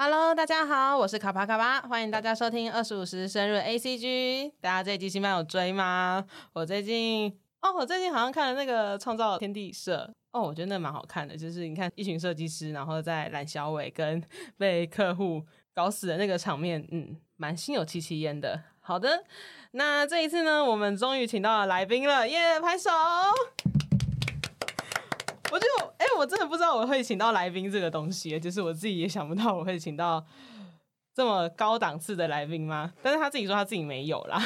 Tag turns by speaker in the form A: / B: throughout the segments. A: Hello，大家好，我是卡巴卡巴，欢迎大家收听二十五时深入 ACG。大家这一季新番有追吗？我最近哦，我最近好像看了那个《创造天地社》哦，我觉得那蛮好看的。就是你看一群设计师，然后在懒小伟跟被客户搞死的那个场面，嗯，蛮心有戚戚焉的。好的，那这一次呢，我们终于请到了来宾了，耶、拍手！我就哎、我真的不知道我会请到来宾这个东西，就是我自己也想不到我会请到这么高档次的来宾吗？但是他自己说他自己没有啦。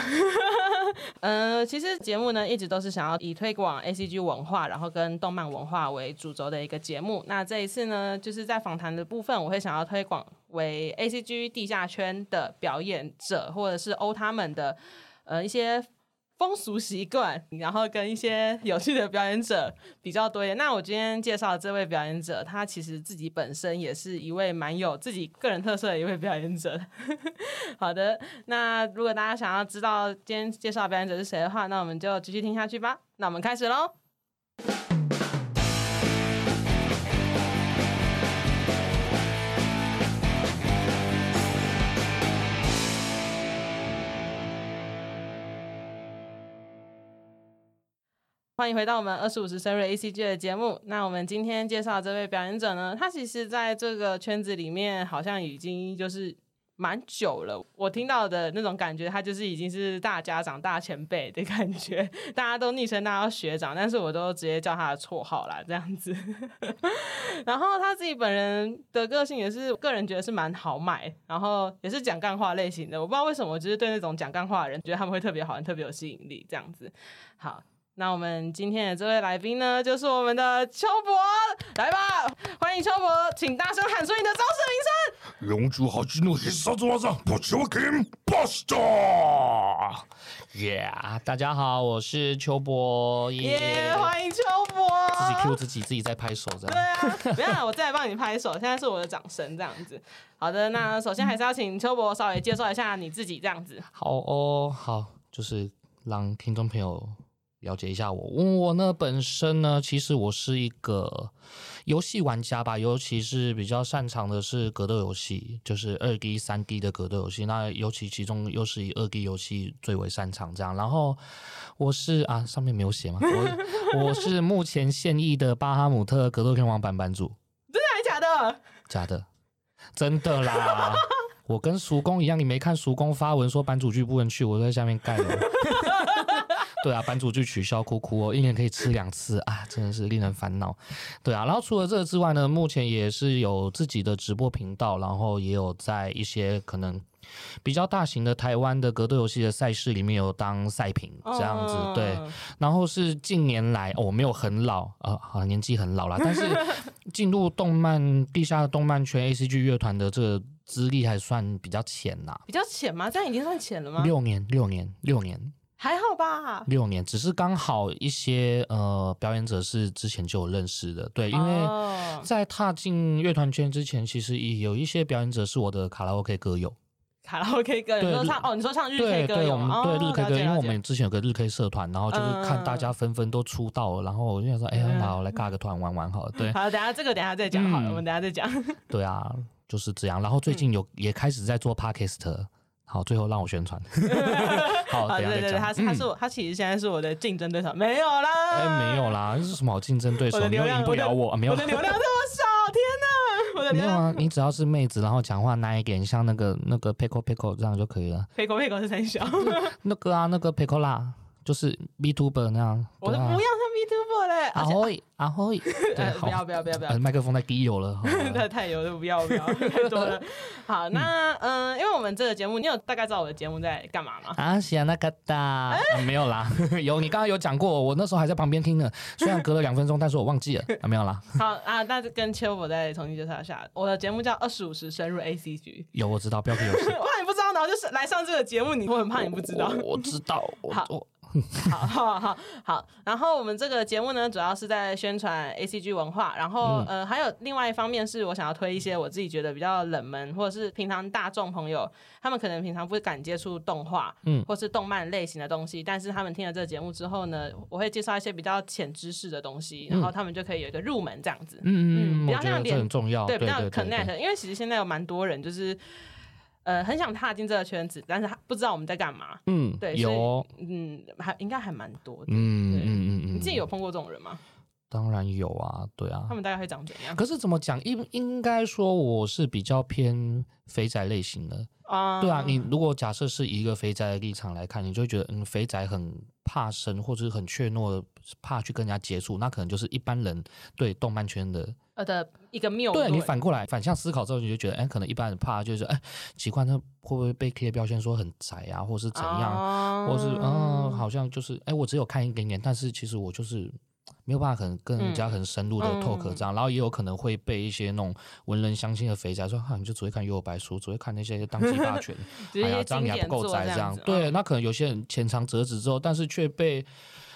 A: 呃，其实节目呢一直都是想要以推广 A C G 文化，然后跟动漫文化为主轴的一个节目。那这一次呢，就是在访谈的部分，我会想要推广为 A C G 地下圈的表演者，或者是欧他们的呃一些风俗习惯，然后跟一些有趣的表演者比较多一点。那我今天介绍的这位表演者，他其实自己本身也是一位蛮有自己个人特色的一位表演者。 好的，那如果大家想要知道今天介绍的表演者是谁的话，那我们就继续听下去吧。那我们开始喽。欢迎回到我们二十五十生日 ACG 的节目。那我们今天介绍的这位表演者呢，他其实在这个圈子里面好像已经就是蛮久了。我听到的那种感觉，他就是已经是大家长、大前辈的感觉， 大家都昵称他叫学长，但是我都直接叫他的绰号啦，这样子。 然后他自己本人的个性也是，个人觉得是蛮豪迈，然后也是讲干话类型的。我不知道为什么，我就是对那种讲干话的人，觉得他们会特别好玩，特别有吸引力这样子。好，那我们今天的这位来宾呢，就是我们的秋博，来吧，欢迎秋博，请大声喊出你的招式名称。
B: 龙珠好激怒，杀猪王上，我求我 King Buster。
C: 耶大家好，我是秋波，耶、
A: 耶、欢迎秋博。
C: 自己 Q 自己，自己在拍手这
A: 对
C: 样。
A: 啊，不要啦，我再来帮你拍手，现在是我的掌声这样子。好的，那首先还是要请秋博稍微介绍一下你自己这样子。
C: 好哦，好，就是让听众朋友了解一下我。嗯我呢本身呢，其实我是一个游戏玩家吧，尤其是比较擅长的是格斗游戏，就是二 D、三 D 的格斗游戏。那尤其其中又是以二 D 游戏最为擅长这样。然后我是啊，上面没有写吗？我 我是目前现役的巴哈姆特格斗天王版版主。
A: 真的假的？
C: 假的，真的啦。 我跟叔公一样，你没看叔公发文说版主剧不能去，我都在下面盖了。 对啊，版主剧取消，哭哭哦，一年可以吃两次啊，真的是令人烦恼。对啊，然后除了这个之外呢，目前也是有自己的直播频道，然后也有在一些可能比较大型的台湾的格斗游戏的赛事里面有当赛评这样子，
A: 嗯
C: 对。然后是近年来，哦、我没有很老，呃，好年纪很 老啦，但是进入动漫地下动漫圈 A C G 乐团的这个资历还算比较浅啦、
A: 比较浅吗？这样已经算浅了吗？
C: 六年，六年，六年，
A: 还好吧。
C: 六年，只是刚好一些呃表演者是之前就有认识的，对，因为
A: 哦
C: 在踏进乐团圈之前，其实也有一些表演者是我的卡拉 OK 歌友，
A: 卡拉 OK 歌，你
C: 对
A: 说唱哦，你说唱日
C: 对
A: K 歌
C: 对，
A: 有
C: 我们
A: 吗？
C: 对
A: 哦
C: 日 K 歌，因为我们
A: 了
C: 之前有个日 K 社团，然后就是看大家纷纷都出道了，然后我就想说，哎呀
A: 嗯，
C: 那我来尬个团玩玩好了，
A: 解
C: 对
A: 了解好，等一下这个等一下再讲好了，
C: 嗯
A: 我们等一下再讲。
C: 对啊，就是这样。然后最
A: 嗯
C: 近有也开始在做 podcast，好，最后让我 宣传，好，
A: 啊，
C: 哦等一
A: 对
C: 下
A: 对
C: 再
A: 对，
C: 讲。嗯
A: 他是他是我，他其实现在是我的竞争对手，没有啦，
C: 哎，没有啦，这是什么好竞争对
A: 我
C: 手？
A: 的
C: 你
A: 流
C: 又
A: 量
C: 赢不了我，啊没有
A: 我的流量这么少，天 哪，我的
C: 没
A: 流
C: 有
A: 量。
C: 啊，你只要是妹子，然后讲话那一点，像那个那个 pickle pickle 这样就可以了。
A: 配狗配狗是三小，
C: 那个啊，那个 pickle 啦，就是 B tuber 那样。
A: 我都
C: 对
A: 不要
C: 啊
A: 像 B Tuber 嘞，而
C: 啊
A: 且
C: 会 啊会，对，
A: 呃
C: 好
A: 不，要不要不要不要
C: 呃，麦克风太低油了。好
A: 太太油了，不要不要，太多了。好，那嗯，因为我们这个节目，你有大概知道我的节目在干嘛吗？
C: 啊，喜啊那个哒，啊没有啦， 有你刚刚有讲过，我那时候还在旁边听呢，虽然隔了两分钟，但是我忘记了，啊没有啦，
A: 好啊，那就跟秋我再重新介绍一下，我的节目叫《二十五时深入 A C G
C: 有我知道标题有》，
A: 我怕你不知道，然后就是来上这个节目，你我很怕你不知道。
C: 我我知道，我
A: 好
C: 我
A: 好好好好。然后我们这个节目呢，主要是在宣传 A C G 文化，然后、
C: 嗯
A: 呃，还有另外一方面是我想要推一些我自己觉得比较冷门，或者是平常大众朋友他们可能平常不敢接触动画，
C: 嗯
A: 或是动漫类型的东西，但是他们听了这个节目之后呢，我会介绍一些比较浅知识的东西，然后他们就可以有一个入门这样子。
C: 嗯嗯嗯
A: 嗯
C: 嗯，
A: 比较
C: 我觉得
A: 像
C: 这
A: 连
C: 很重要，
A: 对，比
C: 对
A: 较
C: 对对
A: connect，
C: 对
A: 因为其实现在有蛮多人就是，呃，很想踏进这个圈子，但是他不知道我们在干嘛。
C: 嗯，
A: 对
C: 有
A: 所以
C: 哦，
A: 嗯，还应该还蛮多的。
C: 嗯
A: 对
C: 嗯嗯嗯，
A: 你自己有碰过这种人吗？
C: 当然有啊，对啊
A: 他。们大概会长怎样
C: 可是怎么讲？应应该说我是比较偏肥宅类型的，
A: 啊
C: 对啊。你如果假设是一个肥宅的立场来看，你就会觉得嗯，肥宅很怕生，或者是很怯懦，怕去跟人家接触，那可能就是一般人对动漫圈的
A: 呃的一个谬
C: 对
A: 论，
C: 你反过来反向思考之后，你就觉得，哎，可能一般人怕就是，哎，奇怪，那会不会被贴标签说很宅啊，或是怎样，
A: 啊
C: 或是嗯，好像就是，哎，我只有看一点点，但是其实我就是没有办法很跟人家很深入的
A: 嗯
C: talk 这样，然后也有可能会被一些那种文人相亲的肥宅说，哈、你就只会看《幽游白书》，只会看那些当机霸 权，
A: 只是
C: 哎
A: 一
C: 呀，
A: 些
C: 这
A: 经
C: 样你还
A: 典
C: 不够
A: 作
C: 宅
A: 这样
C: 样
A: 子。，
C: 对，
A: 嗯
C: 那可能有些人浅尝辄止之后，但是却被。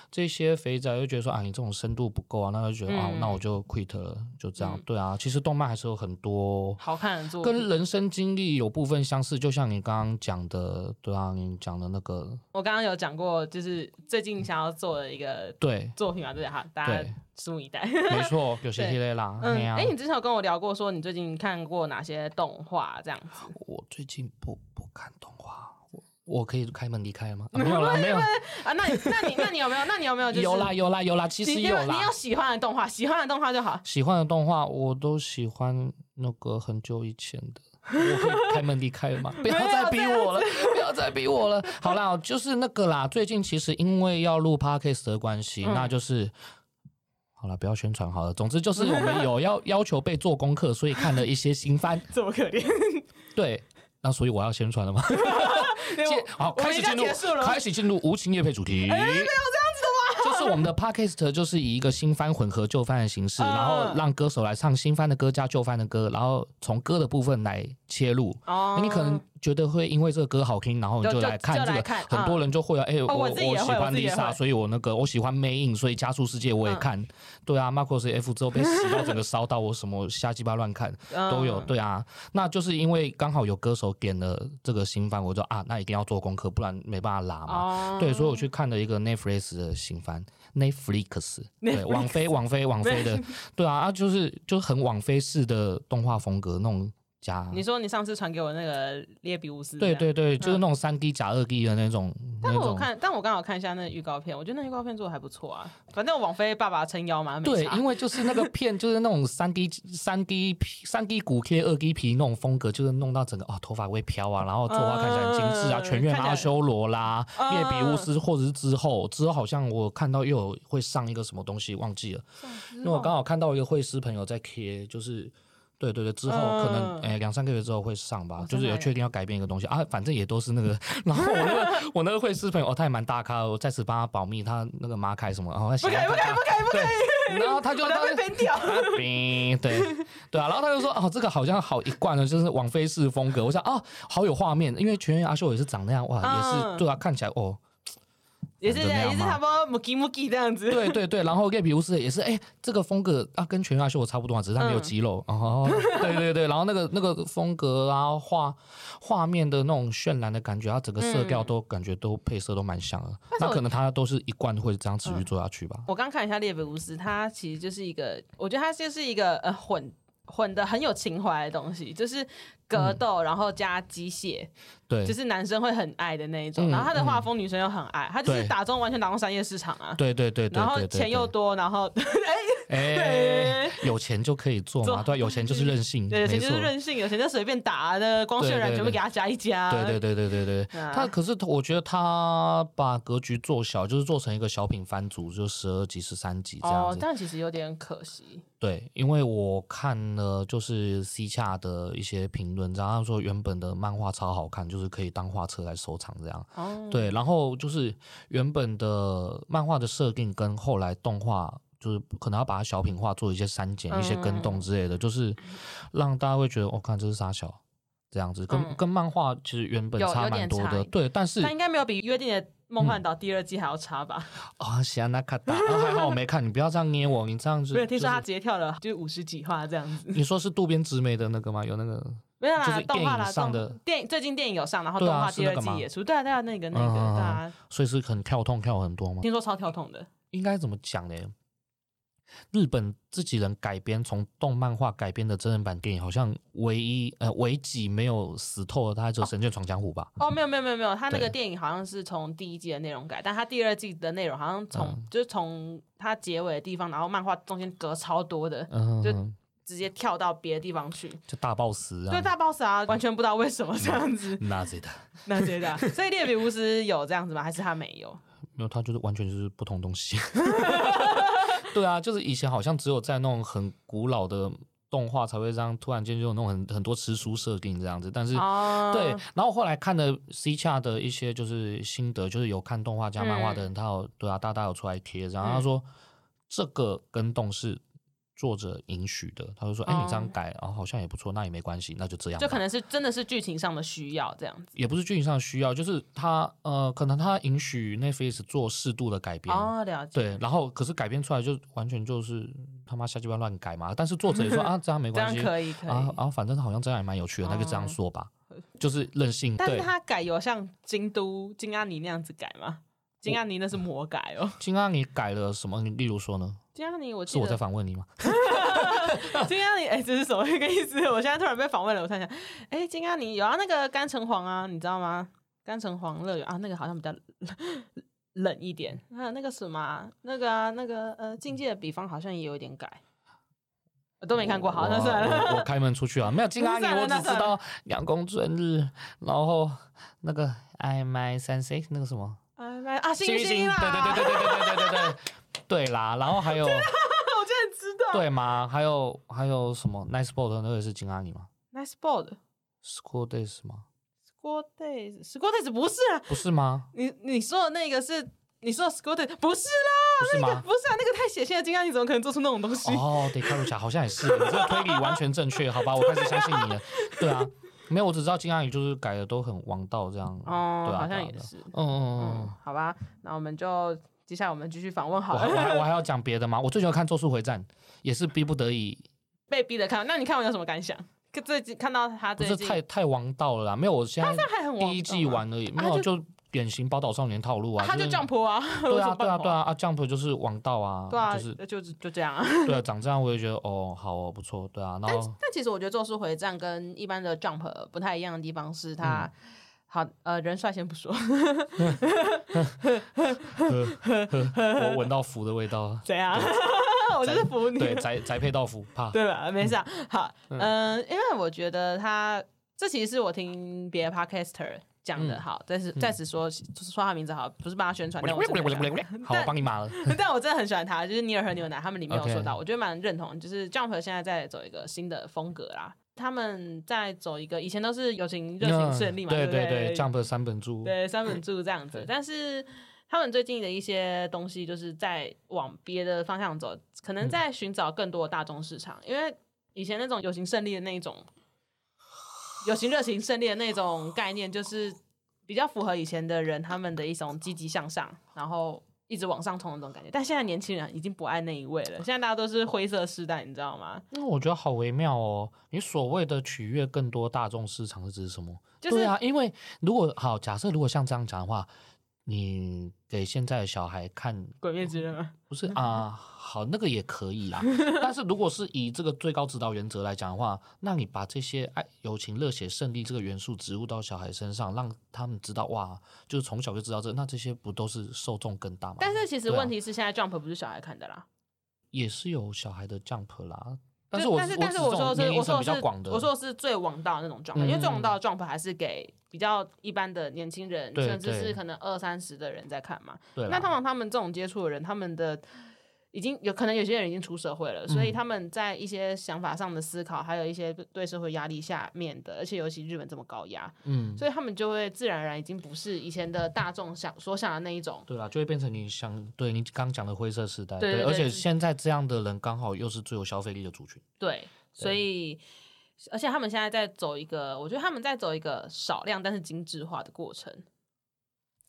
C: 这些肥宅就觉得说啊，你这种深度不够啊，那就觉得、啊，
A: 嗯
C: 那我就 quit 了，就这样。
A: 嗯
C: 对啊，其实动漫还是有很多
A: 好看的作品。
C: 跟人生经历有部分相似，就像你刚刚讲的，对啊，你讲的那个，
A: 我刚刚有讲过，就是最近想要做的一个
C: 对，
A: 作品嘛，对哈，大家
C: 对
A: 拭目以 待。
C: 没错， 有些
A: 啊对
C: 系列啦。
A: 嗯，
C: 哎呀
A: 哎、你之前有跟我聊过，说你最近看过哪些动画这样子？
C: 我最近不不看动画，我我可以开门离开吗？啊没有啦，没有，
A: 啊，那 你那你那你有没有？那你有没有、就是？
C: 有啦有啦有啦，其
A: 你，
C: 实
A: 你
C: 有
A: 有你
C: 啦
A: 有。喜欢的动画，喜欢的动画就好。
C: 喜欢的动画我都喜欢，那个很久以前的。我可以开门离开了 吗？不要再逼我了，不要再逼我了。好啦，就是那个啦。最近其实因为要录 podcast 的关系，
A: 嗯
C: 那就是好了，不要宣传好了。总之就是 我们有要要求被做功课，所以看了一些新番。
A: 这么可怜，
C: 对，那所以我要宣传了吗？
A: 对
C: 进 好，
A: 我
C: 开
A: 们
C: 始
A: 应该
C: 进入
A: 结束了。哎
C: 开始进入无情夜配主题。没有这样子的吗？就是我们的 podcast 就是以一个新番混合旧番的形式，
A: 嗯
C: 然后让歌手来唱新番的歌加旧番的歌，然后从歌的部分来切入。哎
A: 哦
C: 你可能觉得会因为这个歌好听，然后你
A: 就
C: 就来看
A: 就
C: 这
A: 来
C: 个
A: 看，嗯哦
C: 很多人就会啊，哎，
A: 我
C: 我
A: 自己也会
C: 喜
A: 我
C: 欢
A: 自己也会嗯
C: Lisa，所以我那个我喜欢 Mayin，所以加速世界我也看。对啊，Marcos F 之后被洗到整个烧到我什么瞎鸡巴乱看。都有，
A: 嗯
C: 对啊，那就是因为刚好有歌手点了这个新番，我就啊，那一定要做功课，不然没办法拉嘛。
A: 哦
C: 对，所啊以我去看了一个 Netflix 的新番，Netflix，对，
A: Netflix
C: 网飞，网飞，网 飞的，对啊，啊，就是就是很网飞式的动画风格那种加，
A: 你说你上次传给我那个列比乌斯，
C: 对
A: 这样。
C: 对对，就是那种三 D 假二 D 的那种，
A: 但
C: 那
A: 我
C: 种。
A: 看，但我刚好看一下那预告片，我觉得那预告片做的还不错啊。反正我王菲爸爸撑腰啊嘛，没
C: 对，
A: 差
C: 因为就是那个片，就是那种三 D 三 D 皮三 D 骨贴、二 D 皮那种风格，就是弄到整个哦，头发会飘啊，然后作画看起来很精致啊，
A: 嗯
C: 全院
A: 看起来
C: 阿修罗啦、
A: 嗯
C: 夜比乌斯，或者是之后之后好像我看到又有会上一个什么东西，忘记了，因为我刚好看到一个会师朋友在贴，就是。对对对，之后可能
A: 嗯
C: 诶两、三个月之后会上吧，
A: 哦
C: 就是
A: 真的
C: 有
A: 耶
C: 确定要改变一个东西啊，反正也都是那 个。然后我那个我那个会师朋友哦，他也蛮大咖的，我在此帮他保密，他那个马凯什么，然后他
A: 不
C: 写
A: 可以，不可以，不可以，不可以，
C: 对，然后他就
A: 我
C: 他
A: 都被 编掉。
C: 啊冰， 对对啊，然后他就说哦，这个好像好一贯的，哦就是王菲式风格。我想哦，好有画面，因为全员阿秀也是长那样，哇，也是
A: 嗯
C: 对啊，看起来哦，
A: 也是
C: 怎么样
A: 也是
C: 嘛
A: 差不多 m u k i m u k i 这样子。
C: 对对对。然后 gay 比乌斯也是，哎，这个风格啊，跟全员阿秀差不多啊，只是他没有
A: 嗯
C: 肌 肉。哦，对对对，然后那个那个风格啊，画画面的那种渲染的感觉，它整个色调
A: 嗯
C: 都感觉都配色都蛮像的。
A: 但是
C: 那
A: 我
C: 可能他都是嗯一贯会这样持续做下去吧。
A: 我刚看一下列比乌斯，它其实就是一个，我觉得它就是一个呃混混的很有情怀的东西，就是格斗，然后加机械，
C: 嗯对，
A: 就是男生会很爱的那一种。
C: 嗯
A: 然后他的画风女生又很爱，他就是
C: 对
A: 打中完全打中商业市场啊。
C: 对对对对对对对。
A: 然后钱又多，然后
C: 哎、有钱就可以做嘛，
A: 做
C: 对啊，有钱就是任性，
A: 对有
C: 没
A: 钱
C: 错，
A: 就是任性，有钱就随便打的，光渲染
C: 对对对
A: 全部给他加一加。
C: 对对对对对对。
A: 啊
C: 他可是我觉得他把格局做小，就是做成一个小品番组，就十二集、十三集这样
A: 哦，
C: 子。
A: 但其实有点可惜。
C: 对，因为我看了就是 C 恰的一些评论，然后他说原本的漫画超好看，就是可以当画册来收藏这样。
A: 哦，
C: 对，然后就是原本的漫画的设定跟后来动画，就是可能要把它小品化，做一些删减、一些
A: 嗯
C: 跟动之类的，就是让大家会觉得，我、哦看这是傻小这样子，跟、
A: 嗯
C: 跟漫画其实原本
A: 有
C: 差
A: 有
C: 蛮
A: 点
C: 多
A: 差
C: 的，
A: 异
C: 对，但是嗯
A: 他应该没有比约定的梦幻岛第二季还要插吧？
C: 啊、喜安娜卡达，啊还好我没看，你不要这样捏我，你这样子
A: 没有听说他
C: 就是
A: 直接跳了就是五十几话这样子，
C: 你说是渡边直美的那个吗？有那个，
A: 没有
C: 就
A: 啦，
C: 是
A: 动画
C: 电
A: 啦，
C: 影
A: 动
C: 上的
A: 电影最近电影有上，然后
C: 对
A: 动
C: 啊
A: 画
C: 是
A: 第
C: 那
A: 二
C: 个
A: 季
C: 吗
A: 也出，对啊对啊，那个那
C: 嗯
A: 个，
C: 嗯嗯
A: 对啊，
C: 所以是很跳痛，跳很多吗？
A: 听说超跳痛的，
C: 应该怎么讲呢？日本自己人改编从动漫画改编的真人版电影，好像唯一呃唯几没有死透的，它只有《神剑闯江湖》吧？
A: 哦，没有没有没有没有，他那个
C: 对
A: 电影好像是从第一季的内容改，但他第二季的内容好像从、
C: 嗯
A: 就是从他结尾的地方，然后漫画中间隔超多的，
C: 嗯，
A: 就
C: 嗯
A: 直接跳到别的地方去。
C: 就大 boss 啊，，
A: 对大 boss 啊，完全不知道为什么这样子
C: 那谁的？
A: 那觉得啊，所以猎比巫师有这样子吗？还是他没有？
C: 没有，它就是完全就是不同东 西。对啊，就是以前好像只有在那种很古老的动画才会这样，突然间就有那种很很多吃书设定这样子，但是。
A: 哦，
C: 对，然后后来看了 C 恰的一些就是心得，就是有看动画加漫画的人，他有对啊，大大有出来贴，然后他
A: 嗯
C: 说、这个跟动是作者允许的，他就说，哎、你这样
A: 哦
C: 改，然、后好像也不错，那也没关系，那就这样吧，
A: 就可能是真的是剧情上的需要这样子。
C: 也不是剧情上的需要，就是他呃，可能他允许 Netflix 做适度的改编。
A: 哦，了解。
C: 对，然后可是改编出来就完全就是他妈瞎鸡巴乱改嘛。但是作者也 说啊，这样没
A: 这
C: 关
A: 样
C: 系，
A: 可以可以。
C: 啊啊，反正好像这样也蛮有趣的，那就这样
A: 哦
C: 说吧，就是任性。
A: 但
C: 对
A: 是，他改有像京都金阿尼那样子改吗？金阿尼那是魔改哦。
C: 金刚你改了什么？你例如说呢？
A: 金阿尼我
C: 是
A: 记
C: 我在
A: 得
C: 反问你吗？
A: 金阿尼哎，这是什么一个意思？我现在突然被访问了，我突然想，哎，金阿尼有啊，那个甘城黄啊，你知道吗？甘城黄乐园啊，那个好像比较 冷一点。还有那个什么啊，那个啊，那个呃，境界的比方好像也有一点改，我都没看过，好，那
C: 我
A: 算了。
C: 我我开门出去啊，没有金刚 你，
A: 算了
C: 我只
A: 那
C: 知
A: 算
C: 道两公尊日，然后那个 I M I 三 C 那个什么
A: 哎啊，星
C: 星
A: 星啦，
C: 对对对对对对对对对对啦，然后还 有
A: 我竟然知道。
C: 对吗？还有还有什么 Nice Boat 那个也是金刚你吗？
A: Nice board。
C: School Days 吗？
A: School days, school days 不是啊，
C: 不是吗？
A: 你你说的那个是你说的 school days 不是啦，
C: 不是
A: 那
C: 吗
A: 个不是啊，那个太血腥的金刚，你怎么可能做出那种东西？
C: 哦，得看一下，好像也是。你这个推理完全正确，好吧？我开始相信你了。对啊，没有，我只知道金阿姨就是改的都很王道这样。
A: 哦
C: 对啊，
A: 好像
C: 对啊
A: 也
C: 对啊
A: 是
C: 嗯嗯
A: 嗯
C: 嗯。，
A: 好吧，那我们就接下来我们继续访问好
C: 我还我
A: 了，
C: 还我还要讲别的吗？我最喜欢看《咒术回战》，也是逼不得已，
A: 被逼的看，那你看完有什么感想？可最近看到他
C: 不
A: 最
C: 是
A: 近，
C: 太太王道了啦。没有，我现在
A: 他还很王
C: 第一
A: 道
C: 季
A: 吗，
C: 完而已，没
A: 啊
C: 有
A: 他
C: 就典型宝岛少年套路啊
A: 啊，他就是降坡啊，
C: 对
A: 有什
C: 啊
A: 么
C: 对啊
A: 办
C: 对
A: 法
C: 啊啊，降婆就是王道啊，
A: 对啊，
C: 就是
A: 就就就这样啊。
C: 对啊，长这样我也觉得哦，好哦，不错，对啊。然后
A: 但其实我觉得《咒术回战》跟一般的 Jump 不太一样的地方是它。
C: 嗯
A: 好，呃，人帅先不说，
C: 我闻到腐的味道，
A: 怎样？ 我就是服你。
C: 对宅宅配到腐，怕。
A: 对吧？没事、啊，好，嗯、因为我觉得他这其实是我听别的 podcaster 讲的，
C: 嗯
A: 好，但是在此说、说他名字好，不是帮他宣传，但我真的很喜欢
C: 好，我帮你码了。
A: 但我真的很喜欢他，就是尼尔和牛奶他们里面有
C: OK
A: 说到我觉得蛮认同，就是 Jump 现在在走一个新的风格啦，他们在走一个以前都是友情、热情、胜利嘛，
C: 嗯对
A: 不
C: 对，Jump 三本柱，
A: 对三本柱这样子
C: 对，
A: 但是他们最近的一些东西就是在往别的方向走，可
C: 嗯
A: 能在寻找更多的大众市场，因为以前那种友情胜利的那一种，友情热情胜利的那种概念，就是比较符合以前的人他们的一种积极向上，然后。一直往上冲的那种感觉，但现在年轻人已经不爱那一位了。现在大家都是灰色世代，你知道吗？
C: 那我觉得好微妙哦。你所谓的取悦更多大众市场是指什么？
A: 就是
C: 对啊，因为如果好假设，如果像这样讲的话，你给现在的小孩看，
A: 《鬼灭之刃》 吗？
C: 不是啊、好那个也可以 啦。但是如果是以这个最高指导原则来讲的话，那你把这些爱、友情、热血、胜利这个元素植入到小孩身上，让他们知道哇，就是从小就知道这，那这些不都是受众更大吗？
A: 但是其实
C: 对啊
A: 问题是，现在 Jump 不是小孩看的啦，
C: 也是有小孩的 jump 啦，但
A: 就是
C: 我
A: 但是但是
C: 我
A: 我说的
C: 指
A: 是
C: 这种
A: 我
C: 年龄层
A: 说
C: 比
A: 的
C: 较
A: 是
C: 广的，嗯
A: 我说的是最王道的那种状态，因为最王道的状态还是给比较一般的年轻人，
C: 对
A: 甚至
C: 对
A: 是可能二三十的人在看嘛。
C: 对啊啦
A: 那通常他们这种接触的人，他们的已经有可能有些人已经出社会了，所
C: 嗯
A: 以他们在一些想法上的思考，还有一些对社会压力下面的，而且尤其日本这么高压，
C: 嗯，
A: 所以他们就会自然而然已经不是以前的大众想所想的那一种。
C: 对啦，就会变成你想对你刚讲的灰色时代，
A: 对对
C: 而
A: 对
C: 且
A: 是
C: 现在这样的人刚好又是最有消费力的族群，
A: 对，所以而且他们现在在走一个，我觉得他们在走一个少量但是精致化的过程。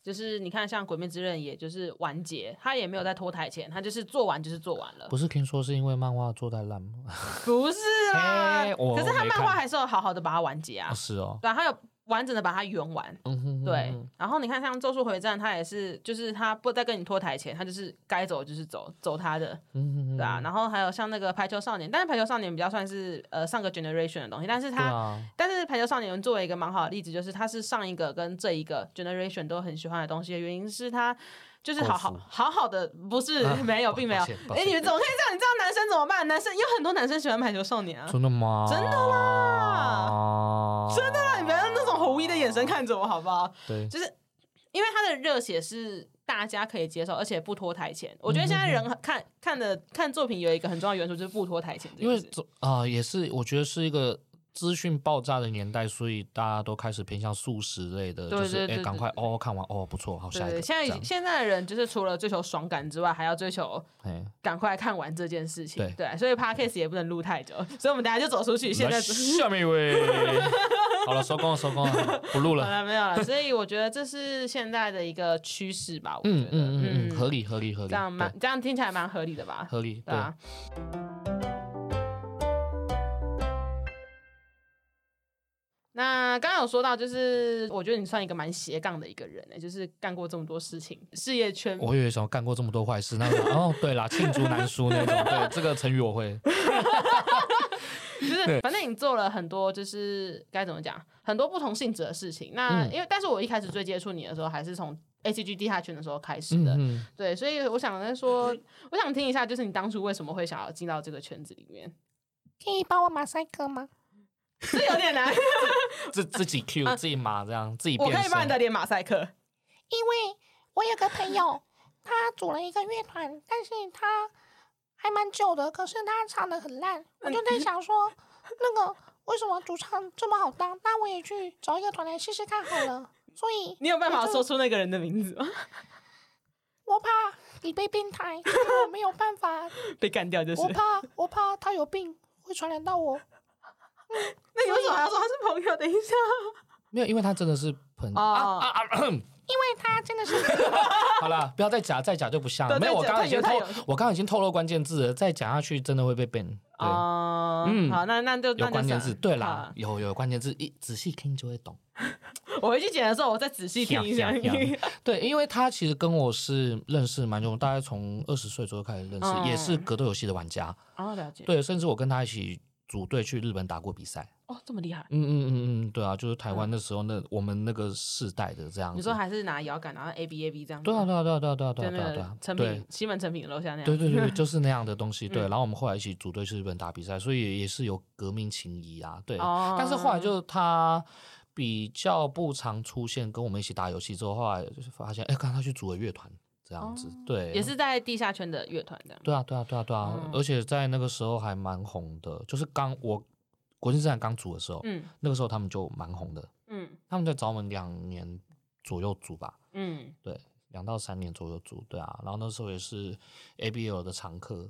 A: 就是你看，像《鬼灭之刃》，也就是完结，他也没有在拖台前，他就是做完就是做完了。
C: 不是听说是因为漫画做太烂吗？
A: 不是啦，
C: 嘿我
A: 可是他
C: 没
A: 漫画
C: 看
A: 还是有好好的把它完结啊
C: 哦， 是哦，
A: 对啊，他有完整的把它圆完。
C: 嗯哼哼
A: 对
C: 哼，
A: 然后你看像《咒术回战》，他也是，就是他不在跟你拖台前，他就是该走就是走，走他的，
C: 嗯哼哼
A: 对啊。然后还有像那个《排球少年》，但是《排球少年》比较算是呃上个 generation 的东西，但是
C: 对
A: 他
C: 啊，
A: 但是《排球少年》作为一个蛮好的例子，就是它是上一个跟这一个 generation 都很喜欢的东西的原因是它就是好好
C: 够富
A: 好好的，不是、
C: 啊
A: 没有，
C: 抱
A: 并没有。
C: 抱歉抱
A: 哎、
C: 歉
A: 你们怎么可以这样？你这样男生怎么办？男生有很多男生喜欢《排球少年》啊，
C: 真的哦吗？
A: 真的啦
C: 真的
A: 那你不要用那种狐疑的眼神看着我好不好？
C: 对，
A: 就是因为它的热血是。大家可以接受，而且不拖台前。我觉得
C: 嗯
A: 现在人很看看的看作品有一个很重要的元素，就是不拖台前这
C: 因为
A: 件事。
C: 总啊、也是我觉得是一个资讯爆炸的年代，所以大家都开始偏向素食类的，
A: 对
C: 就是
A: 对
C: 哎，
A: 对
C: 赶、
A: 对
C: 快
A: 对
C: 哦，看完哦，不错，好下一
A: 对，
C: 个。
A: 现在已
C: 这
A: 经
C: 样
A: 现在的人就是除了追求爽感之外，还要追求
C: 哎，
A: 赶快看完这件事情。
C: 对
A: 所以 podcast 也不能录太久，所以我们大家就走出去。 现在
C: 来下面一位，好了，收工了，收工了，不录
A: 好
C: 了。
A: 了，没有了。所以我觉得这是现在的一个趋势吧，我觉
C: 嗯
A: 得，
C: 嗯嗯嗯，合理合理合理，
A: 这样
C: 对
A: 蛮这样听起来蛮合理的吧？
C: 合理
A: 对
C: 对。
A: 啊。那刚刚有说到，就是我觉得你算一个蛮斜杠的一个人、欸，就是干过这么多事情，事业圈
C: 我以为什么干过这么多坏 事，那我想哦对啦，罄竹难书那种，对这个成语我会，
A: 就是反正你做了很多，就是该怎么讲，很多不同性质的事情。那、
C: 嗯
A: 因为，但是我一开始最接触你的时候，还是从 A C G 地下圈的时候开始
C: 嗯
A: 的。
C: 嗯，
A: 对，所以我想说，我想听一下，就是你当初为什么会想要进到这个圈子里面？
D: 可以帮我马赛克吗？
A: 这有点 难，
C: 自自己 Q 自己码这样，自己
E: 啊我
C: 变
E: 可以帮你的
C: 身，
E: 脸马赛克。
D: 因为我有个朋友， 他组了一个乐团，但是他还蛮久的，可是他唱的很烂。我就在想说，那个为什么主唱这么好当？那我也去找一个团来试试看好了。所以
E: 你有办法说出那个人的名字吗？
D: 我怕你被变态，所以我没有办法。
E: 被干掉就是
D: 我。怕，我怕他有病会传染到我。
E: 那你为什么还要说他是朋友？等一下，
C: 没有，因为他真的是朋
A: 哦
C: 啊啊啊！
D: 因为他真的是，
C: 好了，不要再假，再假就不像了。
E: 对
C: 没有，
E: 再
C: 我
E: 假
C: 刚刚已经
E: 太
C: 透
E: 有太，
C: 我刚刚已经透露关键字了，再讲下去真的会被 ban。对，
A: 哦、
C: 嗯
A: 好，那那就那
C: 有
A: 就
C: 关键
A: 算
C: 字，对
A: 好
C: 啦
A: 啊，
C: 有有关键字，一仔细听就会懂。
A: 我回去剪的时候，我再仔细听一下。
C: 呀呀呀对，因为他其实跟我是认识蛮久，大概从二十岁左右开始认识，
A: 嗯
C: 也是格斗游戏的玩家。
A: 哦，了解。
C: 对，甚至我跟他一起组队去日本打过比赛。
A: 哦，这么厉害。
C: 嗯嗯嗯嗯，对啊，就是台湾那时候那我们那个世代的这样子。
A: 你说还是拿摇杆，然后 A B A B 这样子
C: 对啊
A: 吗？
C: 对啊对啊对啊对啊对
A: 就
C: 啊对
A: 那
C: 啊对
A: 个
C: 啊，
A: 成
C: 对
A: 品西门成品楼下那样。
C: 对对对 对，就是那样的东西。对，
A: 嗯
C: 然后我们后来一起组队去日本打比赛，所以也也是有革命情谊啊。对，
A: 哦
C: 但是后来就他比较不常出现，跟我们一起打游戏之后，后来就是发现，哎，刚他去组了乐团这样子。对，
A: 也是在地下圈的乐团这样。
C: 对啊，对啊，对啊，对啊，
A: 嗯
C: 而且在那个时候还蛮红的，就是刚我国际资产刚组的时候，
A: 嗯
C: 那个时候他们就蛮红的，
A: 嗯
C: 他们在找我们两年左右组吧，
A: 嗯，
C: 对，两到三年左右组，对啊，然后那时候也是 ABL 的常客，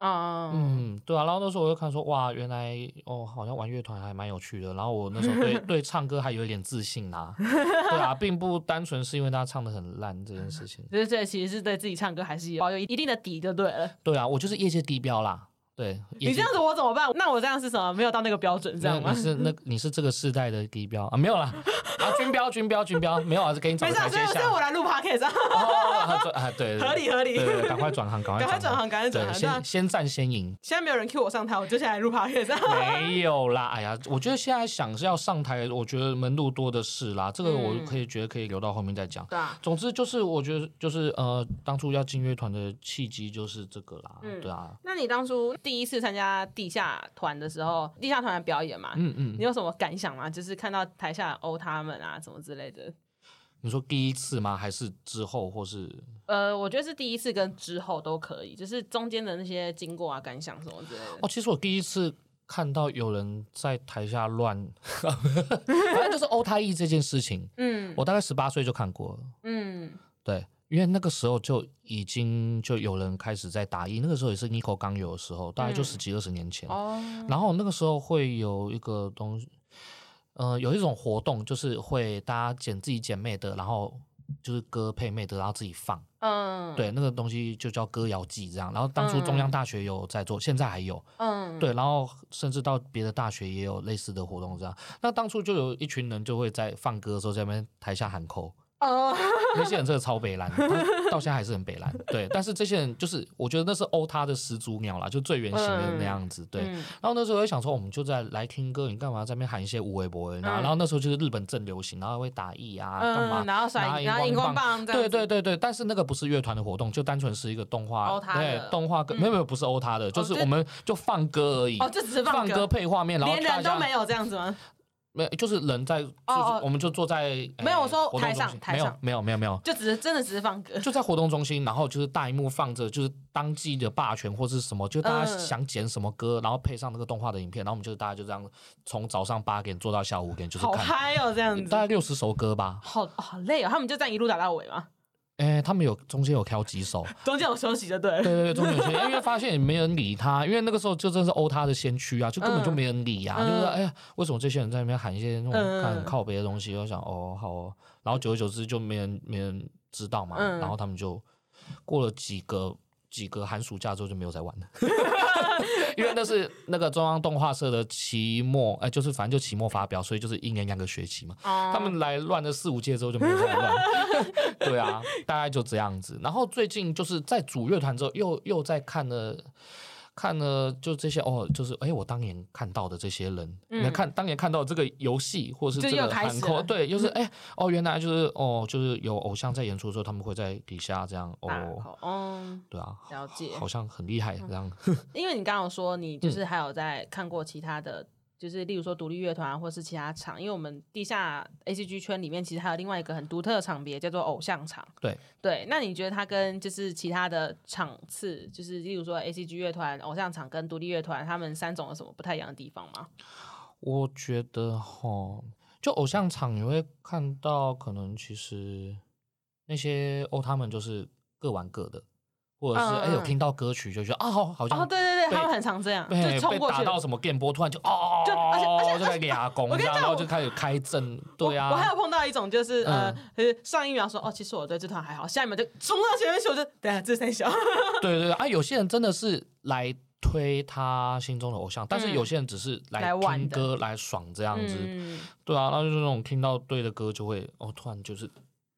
A: 哦、
C: 嗯，对啊，然后那时候我就看说，哇，原来哦，好像玩乐团还蛮有趣的，然后我那时候对对唱歌还有一点自信呐、对啊，并不单纯是因为他唱的很烂这件事情，
A: 所以这其实是对自己唱歌还是有保有一定的底就对了。
C: 对啊，我就是业界地标啦，对，
A: 你
C: 业
A: 这
C: 界
A: 样子我怎么办？那我这样是什么？没有到那个标准，这
C: 那
A: 样吗
C: 你？是那你是这个世代的地标啊？没有啦，啊，军标军标军标，没有啊，是给你找
E: 没
C: 个
E: 事啊，
C: 台
E: 所
C: 阶
E: 以
C: 下
E: 所以。我来录 podcast 啊，
C: 哦，对啊，对，对
E: 合理合理。
C: 对对对赶快转行，赶
E: 赶快
C: 快
E: 转行，
C: 行，
E: 赶快转
C: 对，
E: 行。对啊
C: 先先战先赢。
E: 现在没有人 cue 我上台，我就下来录 podcast 啊。
C: 没有啦，哎呀，我觉得现在想是要上台，我觉得门路多的是啦，这个我
A: 嗯
C: 可以觉得可以留到后面再讲。
A: 对啊，
C: 总之就是，我觉得就是呃，当初要进乐团的契机就是这个啦，
A: 嗯
C: 对啊，
A: 那你当初第一次参加地下团的时候，地下团的表演嘛，
C: 嗯嗯
A: 你，有什么感想吗？就是看到台下殴他们啊，什么之类的。
C: 你说第一次吗？还是之后或是
A: 呃，我觉得是第一次跟之后都可以，就是中间的那些经过啊、感想什么之类的。
C: 哦，其实我第一次看到有人在台下乱，反正就是欧太义这件事情，
A: 嗯
C: 我大概十八岁就看过了。
A: 嗯
C: 对，因为那个时候就已经就有人开始在打一，那个时候也是 Nico 刚有的时候，大概就
A: 嗯
C: 十几二十年前。
A: 哦
C: 然后那个时候会有一个东西，呃，有一种活动，就是会大家剪自己姐妹的，然后就是歌配妹的，然后自己放。
A: 嗯，，
C: 对，那个东西就叫歌谣祭这样。然后当初中央大学有在做，现在还有。
A: 嗯，
C: 对，然后甚至到别的大学也有类似的活动这样。那当初就有一群人就会在放歌的时候在那边台下喊扣。
A: 哦，
C: 那些人真的超北蓝，他到现在还是很北蓝。对，但是这些人就是，我觉得那是欧他的始祖鸟啦，就最原型的那样子。对，
A: 嗯
C: 然后那时候会想说，我们就在来听歌，你干嘛在那边喊一些无为博恩啊？
A: 嗯
C: 然后那时候就是日本正流行，然后会打翼啊，干嘛？
A: 嗯，然后
C: 拿
A: 甩，
C: 荧
A: 然后
C: 光
A: 荧光
C: 棒
A: 棒这样
C: 对
A: 子，
C: 对对对，但是那个不是乐团的活动，就单纯是一个动画
A: 欧，他
C: 对
A: 的
C: 动画歌，没有没有，不是欧他的，就是
A: 就
C: 我们就放歌而已，
A: 哦，就只是
C: 放
A: 歌，
C: 配画面，然后
A: 连
C: 大
A: 人
C: 家
A: 都没有这样子吗？
C: 没有，就是人在，就是
A: 哦
C: 我们就坐在呃
A: 没有我说
C: 活动
A: 台
C: 中
A: 上
C: 心
A: 台
C: 没有
A: 上
C: 没有没有没有，
A: 就只是真的只是放歌，
C: 就在活动中心，然后就是大荧幕放着就是当季的霸权或是什么，就大家
A: 嗯
C: 想剪什么歌，然后配上那个动画的影片，然后我们就大家就这样从早上八点做到下午五点，就是
A: 好
C: 看
A: 嗨哦，这样
C: 大概
A: 子，
C: 六十首歌吧。
A: 好好累哦，他们就这样一路打到尾嘛，
C: 哎、他们有中间有挑几首，
A: 中间有休息就对了，
C: 对对对，中间有些，因为发现也没人理他，因为那个时候就真是欧他的先驱啊，就根本就没人理啊，
A: 嗯
C: 就是哎呀，为什么这些人在那边喊一些那种
A: 嗯
C: 看靠别的东西？我想哦好哦，然后久而久之就没人没人知道嘛，
A: 嗯
C: 然后他们就过了几个几个寒暑假之后就没有再 玩了。因为那是那个中央动画社的期末，哎、就是反正就期末发表，所以就是一年两个学期嘛。
A: 他
C: 他们来乱了四五届之后就没有再乱， 对啊，大概就这样子。然后最近就是在主乐团之后，又又在看了。看了就这些哦，就是哎、我当年看到的这些人，你、
A: 嗯
C: 看当年看到这个游戏或是
A: 就
C: 这
A: 又
C: 个
A: 开
C: 韩
A: 始
C: 扣，
A: 了
C: 对，就是哎、哦，原来就是哦，就是有偶像在演出的时候，他们会在底下这样
A: 大
C: 哦，
A: 口，嗯，
C: 对啊，
A: 啊了解
C: 好嗯像很厉害这样，
A: 因为你刚刚有说你就是还有在看过其他的，就是例如说独立乐团啊或是其他场，因为我们地下 A C G 圈里面其实还有另外一个很独特的场别叫做偶像场。
C: 对
A: 对，那你觉得它跟就是其他的场次，就是例如说 A C G 乐团、偶像场跟独立乐团，他们三种有什么不太一样的地方吗？
C: 我觉得哈，就偶像场你会看到，可能其实那些哦，他们就是各玩各的，或者是
A: 嗯
C: 哎、有
A: 嗯
C: 听到歌曲就觉得啊，好好像
A: 哦，对对
C: 被
A: 对，他们很常这样，
C: 被
A: 就冲
C: 被
A: 过
C: 打
A: 去。
C: 到什么电波，突然就哦，
A: 就而且而且
C: 就在给牙弓
A: 我跟
C: 这
A: 你
C: 样，
A: 讲
C: 然后
A: 我
C: 就开始开阵，
A: 我
C: 对啊，
A: 我还有碰到一种就是、呃
C: 嗯，
A: 就是上一秒说哦，其实我对这团还好，下一秒就 冲到前面去，我就等一下这三小，
C: 对对对啊，有些人真的是来推他心中的偶像，但是
A: 嗯
C: 有些人只是来
A: 来玩
C: 听
A: 的
C: 歌来爽这样子，
A: 嗯
C: 对啊，然后就是那种听到对的歌就会哦，突然就是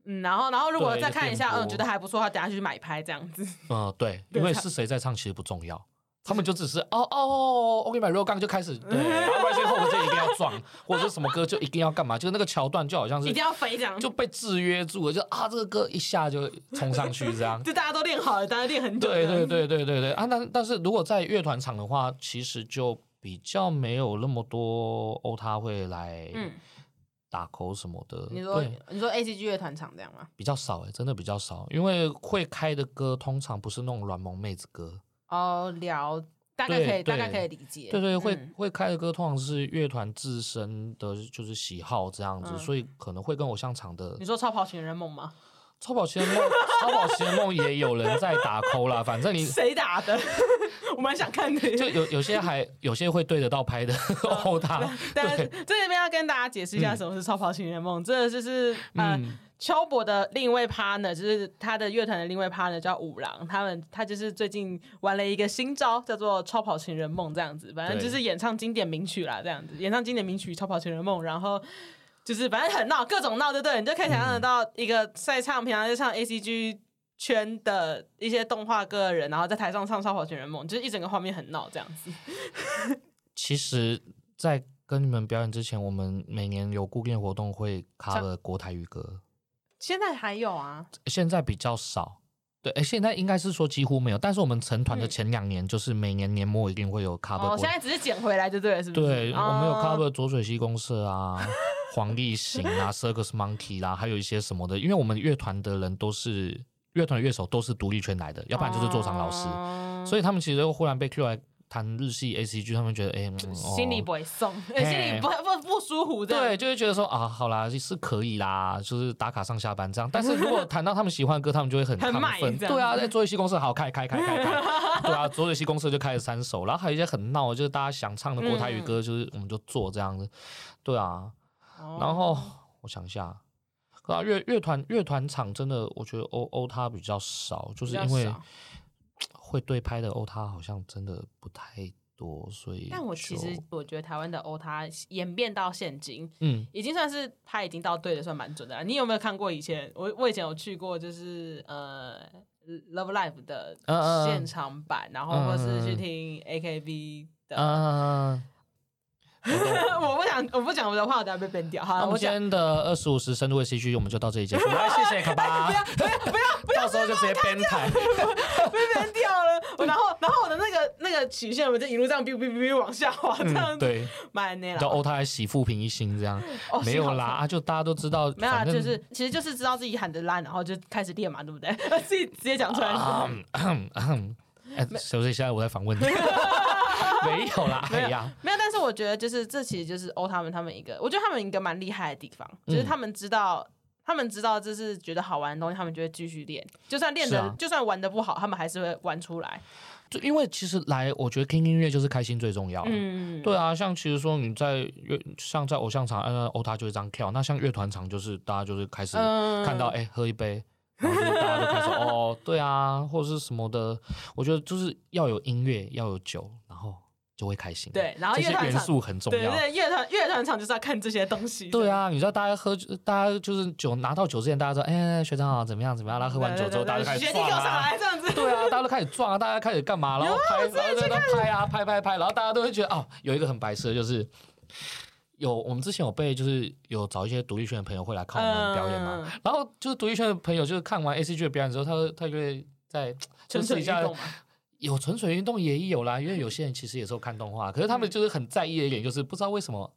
A: 嗯，然后然后如果
C: 对
A: 再
C: 就
A: 看一
C: 电
A: 下，
C: 波
A: 嗯，觉得还不错，他等下去买拍这样子。
C: 嗯，对，因
A: 对
C: 为
A: 他
C: 是谁在唱其实不重要，他们就只是哦哦哦，OK 买 real 杠就开始， 对，然后外线后我就一定要撞，或者是什么歌就一定要干嘛，就是那个桥段就好像
A: 一
C: 是
A: 定要飞这样，
C: 就
A: 就
C: 被制约住了，就啊这个歌一下就冲上去 这样。
A: 就大家都练好了，大家练很久。
C: 对对，对对对对啊！但但是如果在乐团场的话，其实就比较没有那么多欧他会来
A: 嗯，
C: 打 call 什么的。
A: 你说
C: 对
A: 你说 A C G 乐团场这样吗？
C: 比较少哎、真的比较少，因为会开的歌通常不是那种软萌妹子歌。
A: 哦，聊大概
C: 对
A: 可以，大
C: 对
A: 概可以理解。
C: 对对，会、
A: 嗯
C: 会开的歌通常是乐团自身的就是喜好这样子，
A: 嗯
C: 所以可能会跟偶像场的
A: 你说超跑情人梦吗？
C: 超跑情人梦，超跑情人梦也有人在打 call 啦，反正你。
A: 谁打的？ 我蛮想看的。
C: 就有有些还有些会对得到拍的
A: 嗯
C: 殴打，
A: 但
C: 对
A: 这里面要跟大家解释一下
C: 嗯
A: 什么是超跑情人梦，这就是呃
C: 嗯，
A: 秋博的另一位 partner，就是他的乐团的另一位 partner 叫五郎，他们他就是最近玩了一个新招，叫做《超跑情人梦》这样子，反正
C: 对
A: 就是演唱经典名曲啦，这样子演唱经典名曲《超跑情人梦》，然后。就是反正很闹，各种闹，对不对？你就可以想象得到一个在唱平常在唱 A C G 圈的一些动画歌的人，然后在台上唱《超跑情人梦》，就是一整个画面很闹这样子。
C: 其实，在跟你们表演之前，我们每年有固定活动会 cover 国台语歌，
A: 现在还有啊，
C: 现在比较少。对，诶现在应该是说几乎没有，但是我们成团的前两年，就是每年年末一定会有 cover
A: 嗯哦，
C: 国
A: 现在只是捡回来就对了，是不是？
C: 啊对，我们有
A: 哦
C: cover 左水溪公 社啊、黄立行啊、Circus Monkey 啦、还有一些什么的，因为我们乐团的人都是乐团的乐手都是独立圈来的，要不然就是做场老师，
A: 哦
C: 所以他们其实都忽然被 Q 来弹日系 A C G，他们觉得哎、嗯哦
A: 心里不会送，呃 心
C: 嘿
A: 里不不不舒服这样。
C: 对，就会觉得说啊，好啦，是可以啦，就是打卡上下班这样。但是如果谈到他们喜欢的歌，他们就会很
A: 很
C: 亢
A: 卖
C: 奋。
A: 这样
C: 对啊，在左水溪公社好开开开开开，对啊，左水溪公社就开了三首，然后还有一些很闹的，就是大家想唱的国台语歌，就是我们就做这样子。对啊，
A: 哦，
C: 然后我想一下，啊，乐乐团乐团场真的，我觉得欧欧他比较少，就是因
A: 比较
C: 为
A: 少
C: 会对拍的欧他好像真的不太多，所以
A: 但我其实
C: 就
A: 我觉得台湾的欧他演变到现今，
C: 嗯，
A: 已经算是他已经到对的，算蛮准的啦。你有没有看过以前我我以前有去过，就是呃 Love Live 的
C: 嗯嗯嗯嗯
A: 现场版，然后或是去听 AKB 的。
C: 啊，
A: 我不想我不讲我的话，我等下被编掉。好
C: 那
A: 了，
C: 我
A: 我
C: 们今
A: 讲
C: 天的二十五十深度的戏剧，我们就到这里结束。来，谢谢可巴，不要不要，到时候就直接编台。
A: 被编掉了。我然后然后我的那个那个曲线，我就一路这样 biu biu biu biu 往下滑，这样
C: 嗯，
A: 子。
C: 对，
A: 蛮那
C: 叫
A: 了。
C: 欧他来洗富平一星这样
A: 哦，
C: 没
A: 幸
C: 有
A: 好
C: 啦，啊就大家都知道，
A: 没有啦，
C: 反
A: 就
C: 正
A: 是其实就是知道自己喊的烂，然后就开始练嘛，对不 对？ 自己直接讲出来。
C: 啊哎，小姐，现在我在访问你，没有啦，哎呀，
A: 没有，但是我觉得就是这其实就是欧他们他们一个，我觉得他们一个蛮厉害的地方，就是他们知道。他们知道这是觉得好玩的东西，他们就会继续练。就算练
C: 是
A: 的，
C: 啊
A: 就算玩的不好，他们还是会玩出来。
C: 就因为其实来，我觉得听音乐就是开心最重要。
A: 嗯，
C: 对啊，像其实说你在乐，像在偶像场，嗯，欧他就会这样跳。那像乐团场，就是大家就是开始
A: 嗯
C: 看到，哎、喝一杯，然后就是大家就开始哦，对啊，或者是什么的。我觉得就是要有音乐，要有酒，然后就会开心。
A: 对然后
C: 这些
A: 乐团
C: 元
A: 场
C: 素很重
A: 对
C: 要。
A: 对，乐团乐团场就是要看这些东西。
C: 对，啊，你知道大家喝，大家就是酒拿到酒之前，大家说，哎、学长好，怎么样怎么样？然后喝完酒之后，大家就开始
A: 学弟给
C: 撞
A: 我上
C: 啊。
A: 来这样子。
C: 对啊，大家都开始撞啊，大家开始干嘛？然后拍，然后在那拍啊，拍拍拍，然后大家都会觉得哦，有一个很白痴的就是。有，我们之前有被就是有找一些独立圈的朋友会来看我们表演嘛，
A: 嗯
C: 然后就是独立圈的朋友就是看完 A C G 的表演之后，他会他就会在
A: 蠢蠢
C: 试一
A: 欲
C: 下
A: 动嘛。
C: 有蠢蠢运动也有啦，因为有些人其实也是有看动画，可是他们就是很在意的一点就是不知道为什么，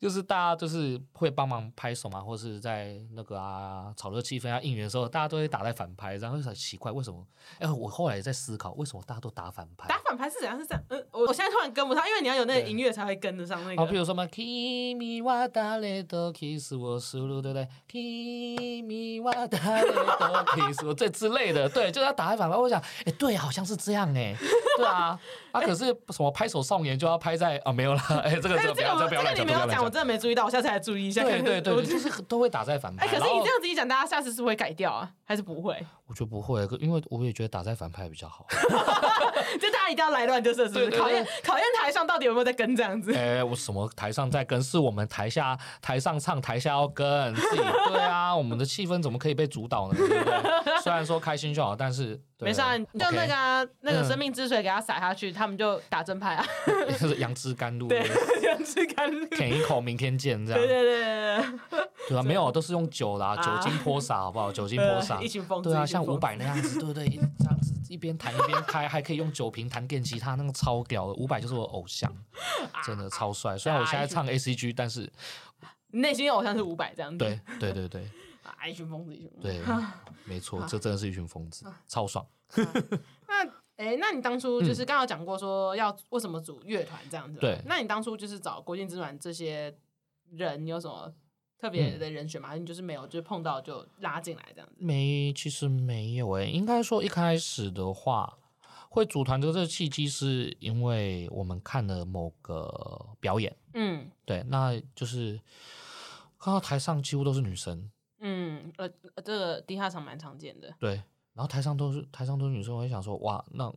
C: 就是大家就是会帮忙拍手嘛，或是在那个啊炒热气氛啊应援的时候，大家都会打在反拍，然后就很奇怪为什么？哎，我后来也在思考为什么大家都打反拍
A: 打。反派是怎样？是这样？嗯，我我现在突然跟不上，因为你要有那个
C: 对
A: 音乐才会跟得上那
C: 好，比
A: 个。
C: 如说嘛，Kimi wa da le do kiss 我输入对不对？Kimi wa da le do kiss 我这之类 的，对，就是要打在反拍。我想，哎，对，好像是这样哎，对啊，啊，可是什么拍手少年就要拍在啊，没 有啦，哎，这个
A: 哎
C: 这个
A: 这
C: 不
A: 个
C: 要，
A: 我
C: 这个不要
A: 这个
C: 乱
A: 你
C: 讲，
A: 没有
C: 这个不要
A: 讲，我
C: 乱
A: 真的没注意到，我下次来注意一下。
C: 对对
A: 我
C: 对，就是都会打在反拍。
A: 哎，可是
C: 然
A: 你
C: 后
A: 这样子一讲，大家下次是会改掉啊，还是不会？
C: 我觉得不会，因为我也觉得打在反派比较好。
A: 就大家一定要来乱，就是了是不是
C: 对对对
A: 考验考验台上到底有没有在跟这样子。
C: 哎，我什么台上在跟，是我们台下台上唱，台下要跟自己。对啊，我们的气氛怎么可以被主导呢？对不对？虽然说开心就好，但是对
A: 没事啊，你就那个、啊、那个
C: 嗯
A: 生命之水给它洒下去，他们就打正派啊，
C: OK 就是杨枝甘露，
A: 对， 杨枝甘露，对
C: 舔一口，明天见，这
A: 对
C: 样
A: 对对对
C: 对啊，没有，都是用酒啦，
A: 啊
C: 酒精泼洒，好不好？酒精
A: 对，
C: 泼
A: 呃
C: 洒
A: 一。群疯子，
C: 对啊，
A: 一群
C: 像
A: 疯
C: 伍
A: 子
C: 佰那样子，对不对？一这样子一边弹一边开，还可以用酒瓶弹电吉他，那个超屌的。伍佰就是我的 偶像，
A: 啊
C: 真的超帅。虽然我现在唱 A C G，但是
A: 嗯内心偶像是五百这样子，
C: 对对对对
A: 啊，一群疯子，一群疯子。
C: 对，没错，这真的是一群疯子，超爽。
A: 那哎，那你当初就是刚刚有讲过说要为什么组乐团这样子嘛，
C: 嗯对
A: 那你当初就是找国际之团这些人，你有什么特别
C: 嗯
A: 的人选吗？还是你就是没有，就是碰到就拉进来这样子？
C: 没，其实没有诶、应该说一开始的话，会组团的这个契机是因为我们看了某个表演，
A: 嗯
C: 对，那就是看到台上几乎都是女生，
A: 嗯，呃，呃这个地下场蛮常见的。
C: 对，然后台上都是台上都是女生，我就想说，哇，那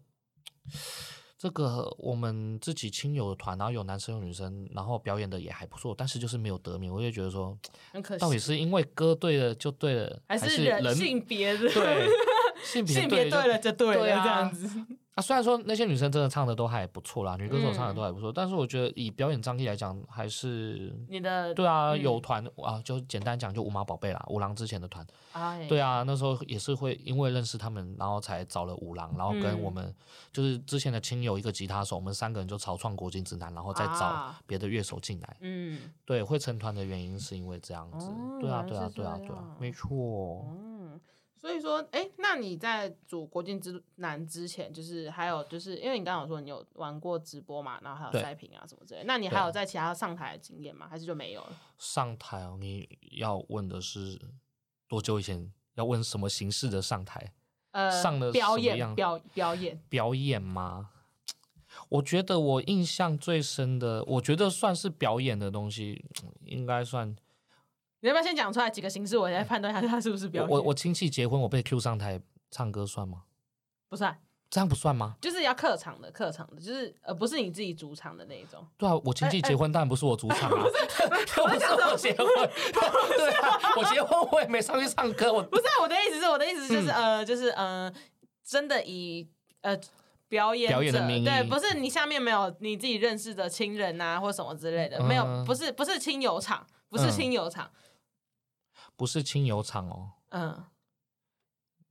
C: 这个我们自己亲友的团，然后有男生有女生，然后表演的也还不错，但是就是没有得名，我就觉得说，
A: 很可惜，
C: 到底是因为歌对了就对了，
A: 还
C: 还
A: 是
C: 人
A: 人性别的
C: 对 性别
A: 性别
C: 就
A: 对了就对了，
C: 对啊
A: 这样子。
C: 啊，虽然说那些女生真的唱的都还不错啦，女歌手唱的都还不
A: 嗯
C: 错，但是我觉得以表演张力来讲，还是
A: 你的
C: 对啊，
A: 嗯
C: 有团啊，就简单讲就五毛宝贝啦，五郎之前的团，
A: 哎，
C: 对啊，那时候也是会因为认识他们，然后才找了五郎，然后跟
A: 嗯
C: 我们、就是之前的亲友一个吉他手，我们三个人就潮创国金指南，然后再找
A: 啊
C: 别的乐手进来，
A: 嗯
C: 对，会成团的原因是因为这样子，
A: 哦
C: 对啊，
A: 原
C: 对
A: 来
C: 啊
A: 是，
C: 对啊，
A: 这
C: 对啊
A: 样，
C: 没错。
A: 嗯，所以说，哎，那你在组国境之南之前，就是还有就是，因为你刚刚有说你有玩过直播嘛，然后还有
C: 对
A: 赛评啊什么之类的，那你还有在其他上台的经验吗？还是就没有了？
C: 上台哦，你要问的是多久以前？要问什么形式的上台？
A: 呃，
C: 上了
A: 表
C: 什么
A: 演
C: 样
A: 表表演，
C: 表演吗？我觉得我印象最深的，我觉得算是表演的东西，应该算
A: 你要不要先讲出来几个形式，我来判断一下他是不是表
C: 我
A: 演？
C: 我我亲戚结婚，我被 Q 上台唱歌算吗？
A: 不算，
C: 这样不算吗？
A: 就是要客场的，客场的，就是呃，不是你自己主场的那一种。
C: 对啊，我亲
A: 哎
C: 戚结婚当然不是我主场啊， 不是我结婚，对啊，我结婚我也没上去唱歌，我
A: 不是啊、 我的意思是，我的意思就是、
C: 嗯
A: 呃，就是呃，真的以呃表演
C: 表演的
A: 者
C: 名义
A: 对，不是你下面没有你自己认识的亲人啊，或什么之类的，没有，
C: 嗯
A: 不是不是亲友场，不是亲友场，
C: 不是亲友场哦，
A: 嗯，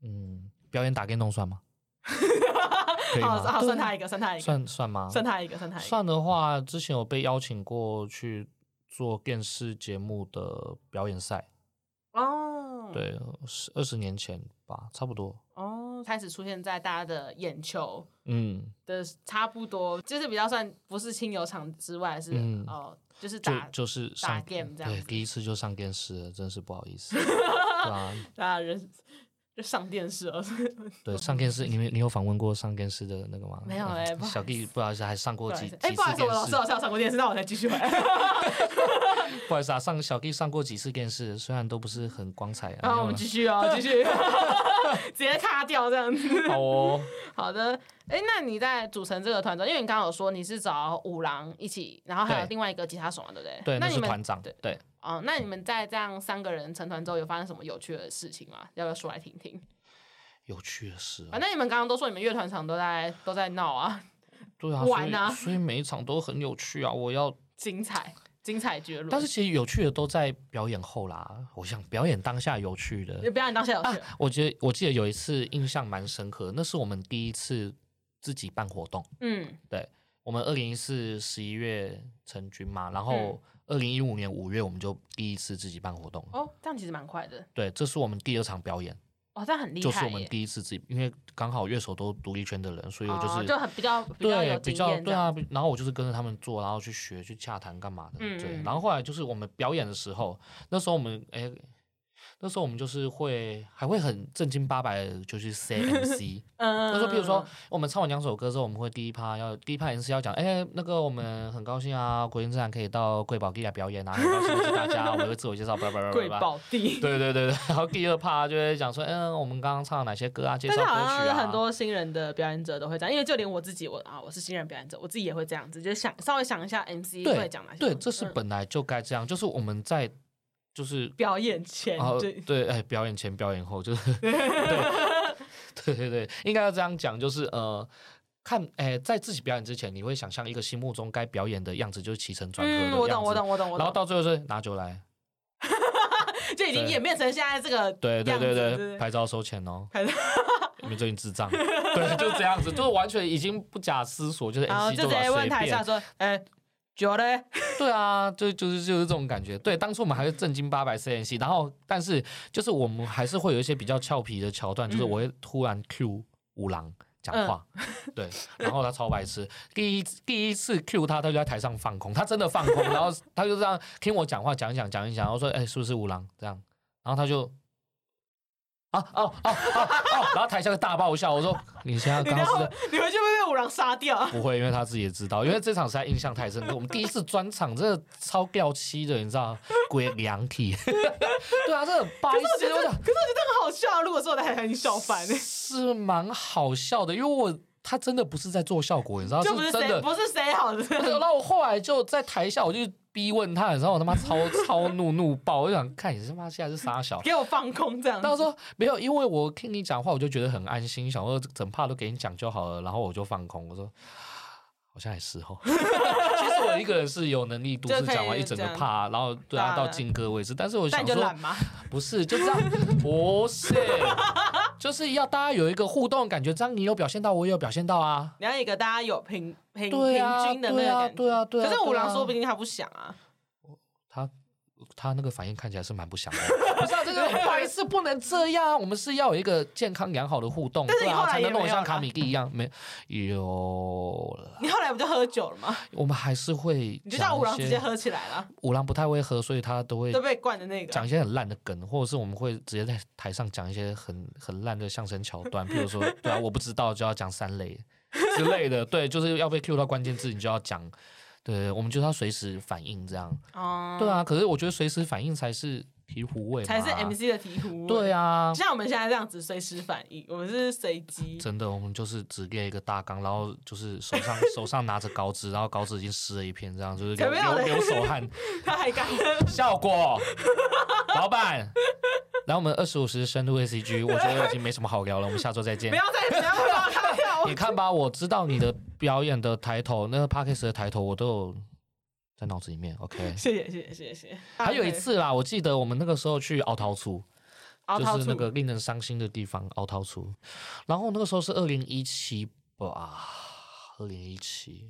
C: 嗯，表演打电动算吗？可以
A: 好
C: 吗？啊
A: 好算他一个，算他一个，
C: 算算吗？
A: 算他一个，算他一个，
C: 算的话，之前有被邀请过去做电视节目的表演赛，
A: 哦，
C: 对，是二十年前吧，差不多。
A: 哦，开始出现在大家的眼球。
C: 嗯，
A: 的差不多，就是比较算不是亲友场之外是、
C: 嗯
A: 哦，就是
C: 就
A: 打
C: 就是
A: 打
C: 上
A: game 这样
C: 对，
A: 子
C: 第一次就上电视了，真是不好 意思。对啊，
A: 大家人就上电视了，
C: 对，上电视，你没你有访问过上电视的那个吗？
A: 没 有欸不好
C: 小弟不好意思，还上
A: 不
C: 过
A: 好
C: 几
A: 意
C: 几
A: 思
C: 次，
A: 哎、
C: 电
A: 不好意思，我老师
C: 视
A: 好，像上过电视，那我才继续 玩。
C: 不好意思啊，上小弟上过几次电视，虽然都不是很光彩啊。
A: 然后我们继续哦，继续， 直接卡掉这样子。
C: 好 哦，
A: 好的，哎、那你在组成这个团中，因为你刚刚有说你是找五郎一起，然后还有
C: 对
A: 另外一个吉他手嘛，对不对？
C: 对，
A: 那
C: 那
A: 你
C: 是
A: 们
C: 团长，
A: 对
C: 对。
A: 哦，那你们在这样三个人成团之后，有发生什么有趣的事情吗？要不要说来听听？
C: 有趣的事哦
A: 反，正你们刚刚都说你们乐团场都在都在闹啊，
C: 对啊，
A: 玩啊
C: 所以所以每一场都很有趣啊！我要，
A: 精彩精彩绝伦。
C: 但是其实有趣的都在表演后啦。我想表演当下有趣的，
A: 你表演当下有趣，
C: 我觉得我记得有一次印象蛮深刻，那是我们第一次自己办活动。
A: 嗯
C: 对，我们二零一四十一月成军嘛，然
A: 嗯
C: 后二零一五年五月我们就第一次自己办活动了。
A: 哦，这样其实蛮快的，
C: 对，这是我们第二场表演，
A: 哦，这样很厉害
C: 就
A: 耶，
C: 是我们第一次自己，因为刚好乐手都独立圈的人，所以我就是、
A: 哦、就很比较比较有
C: 对
A: 经
C: 较
A: 验，
C: 对啊，，比然后我就是跟着他们做，然后去学去洽谈干嘛的，
A: 嗯
C: 对。
A: 嗯
C: 然后后来就是我们表演的时候，那时候我们哎，那时候我们就是会还会很正经八百的 就去 say MC，
A: 嗯，
C: 那时候，譬如说，我们唱完两首歌之后，我们会第一趴要第一趴也是要讲，哎、那个我们很高兴啊，国营自然可以到贵宝地来表演啊，很高兴认识大 家，我们会自我介绍，叭叭叭
A: 贵
C: 叭叭。
A: 宝地，
C: 呃对对对对，然后第二趴就会讲说，嗯，我们刚刚唱了哪些歌啊，介
A: 但
C: 绍
A: 是
C: 歌曲
A: 好像
C: 啊，
A: 很多新人的表演者都会这样，因为就连我自己，我啊我是新人表演者，我自己也会这样子，就是想稍微想一下 MC 会
C: 对
A: 讲哪些东西，
C: 对，这是
A: 嗯
C: 本来就该这样，就是我们在就是
A: 表演前
C: 然后
A: 对。
C: 对，哎，表演前表演后就是 对对 对对，应该要这样讲，就是呃。看，哎，在自己表演之前，你会想象一个心目中该表演的样子，就是起承转合的样
A: 嗯，
C: 子。
A: 我懂，我懂，我懂，我
C: 然后
A: 懂，
C: 到最后是拿酒来，
A: 就已经
C: 对
A: 演变成现在这个
C: 对对
A: 样子
C: 对
A: 对对
C: 对，拍照收钱哦， 你们最近智障， 对，就这样子，就是完全已经不假思索，就是
A: 然后
C: MC
A: 哦就
C: 就
A: 直
C: 把
A: 接问
C: 随
A: 台下
C: 便，
A: 说：“哎、酒嘞
C: 对啊，就就是就是这种感觉。对，当初我们还是正经八百 C N C，然后但是就是我们还是会有一些比较俏皮的桥段，就是我会突然 Q 五郎。讲话， 对，然后他超白痴，第一第一次 Q 他，他就在台上放空，他真的放空，然后他就这样听我讲话，讲一讲，讲一讲，然后说，哎、是不是五郎这样？然后他就啊哦哦哦哦，然后台下就大爆笑。我说你现在刚刚是在！”
A: 你回去会被五郎杀掉 啊。
C: 不会，因为他自己也知道，因为这场实在印象太深刻。我们第一次专场真的超掉漆的，你知道吗？鬼凉体， 对啊，这很白痴，我想
A: 可是我觉得很好笑啊，如果说我还很欸笑翻呢、
C: 是蛮好笑的，因为我他真的不是在做效果，你知道，
A: 就不是
C: 真
A: 谁
C: 的
A: 不是谁好的，
C: 不是然后我后来就在台下，我就逼问他，你知道我他妈超超怒怒爆，我就想看你他妈现在是傻小。
A: 给我放空这样子。
C: 他说没有，因为我听你讲话，我就觉得很安心，想说整怕都给你讲就好了，然后我就放空，我说。好像也是哦， 其实我一个人是有能力独自讲完一整个帕，然后对
A: 对
C: 啊
A: 啊
C: 到劲歌为止。但是我
A: 那
C: 想
A: 你就
C: 说
A: 懒， 嘛，
C: 不是就这样， 不是，就是要大家有一个互动感觉，这样你有表现到，我也有表现到啊。
A: 你要一个大家有平平
C: 对啊
A: 平均的那个感觉。
C: 对啊对啊对啊
A: 可是五郎说
C: 对啊
A: 不定他不想啊，
C: 他他那个反应看起来是蛮不祥的， 不是啊，这个很白痴，不能这样。我们是要有一个健康良好的互动，
A: 但是
C: 对
A: 你后
C: 啊，
A: 来
C: 才
A: 也
C: 能弄
A: 没
C: 得
A: 有
C: 像
A: 啦
C: 卡米蒂一样，没有了。
A: 你后来不就喝酒了 吗？
C: 我们还是会
A: 你就
C: 讲
A: 叫五郎
C: 一
A: 直接
C: 些，
A: 喝起来了，
C: 五郎不太会喝，所以他都会
A: 都被灌的那个。
C: 讲一些很烂的梗，或者是我们会直接在台上讲一些很很烂的相声桥段，譬如说，对啊，我不知道就要讲三类之类的，对，就是要被 cue 到关键字，你就要讲，对，我们就是要随时反应这样，
A: 哦
C: 啊对，啊。可是我觉得随时反应才是醍醐味嘛
A: 才是 MC 的醍醐味。
C: 对
A: 啊，
C: 啊
A: 就，像我们现在这样子随时反应，我们是随机。
C: 真的，我们就是只列一个大纲，然后就是手 上手上拿着稿纸，然后稿纸已经湿了一片，这样就是流
A: 有没有
C: 流
A: 人
C: 流手汗。
A: 他还敢
C: 效果，老板。然后我们二十五时深度 A C G，我觉得已经没什么好聊了，我们下周再见
A: 不。要再不要再他 跳
C: 你看吧，我知道你的表演的抬头，那个 p a c k a s 的抬头，我都有在脑子里面。OK，
A: 谢谢谢谢谢谢。啊
C: 还有一次啦，我记得我们那个时候去鳌桃处，
A: 凹
C: 就
A: 套
C: 是
A: 处
C: 那个令人伤心的地方凹掏出。然后那个时候是二零一七吧，二零一七，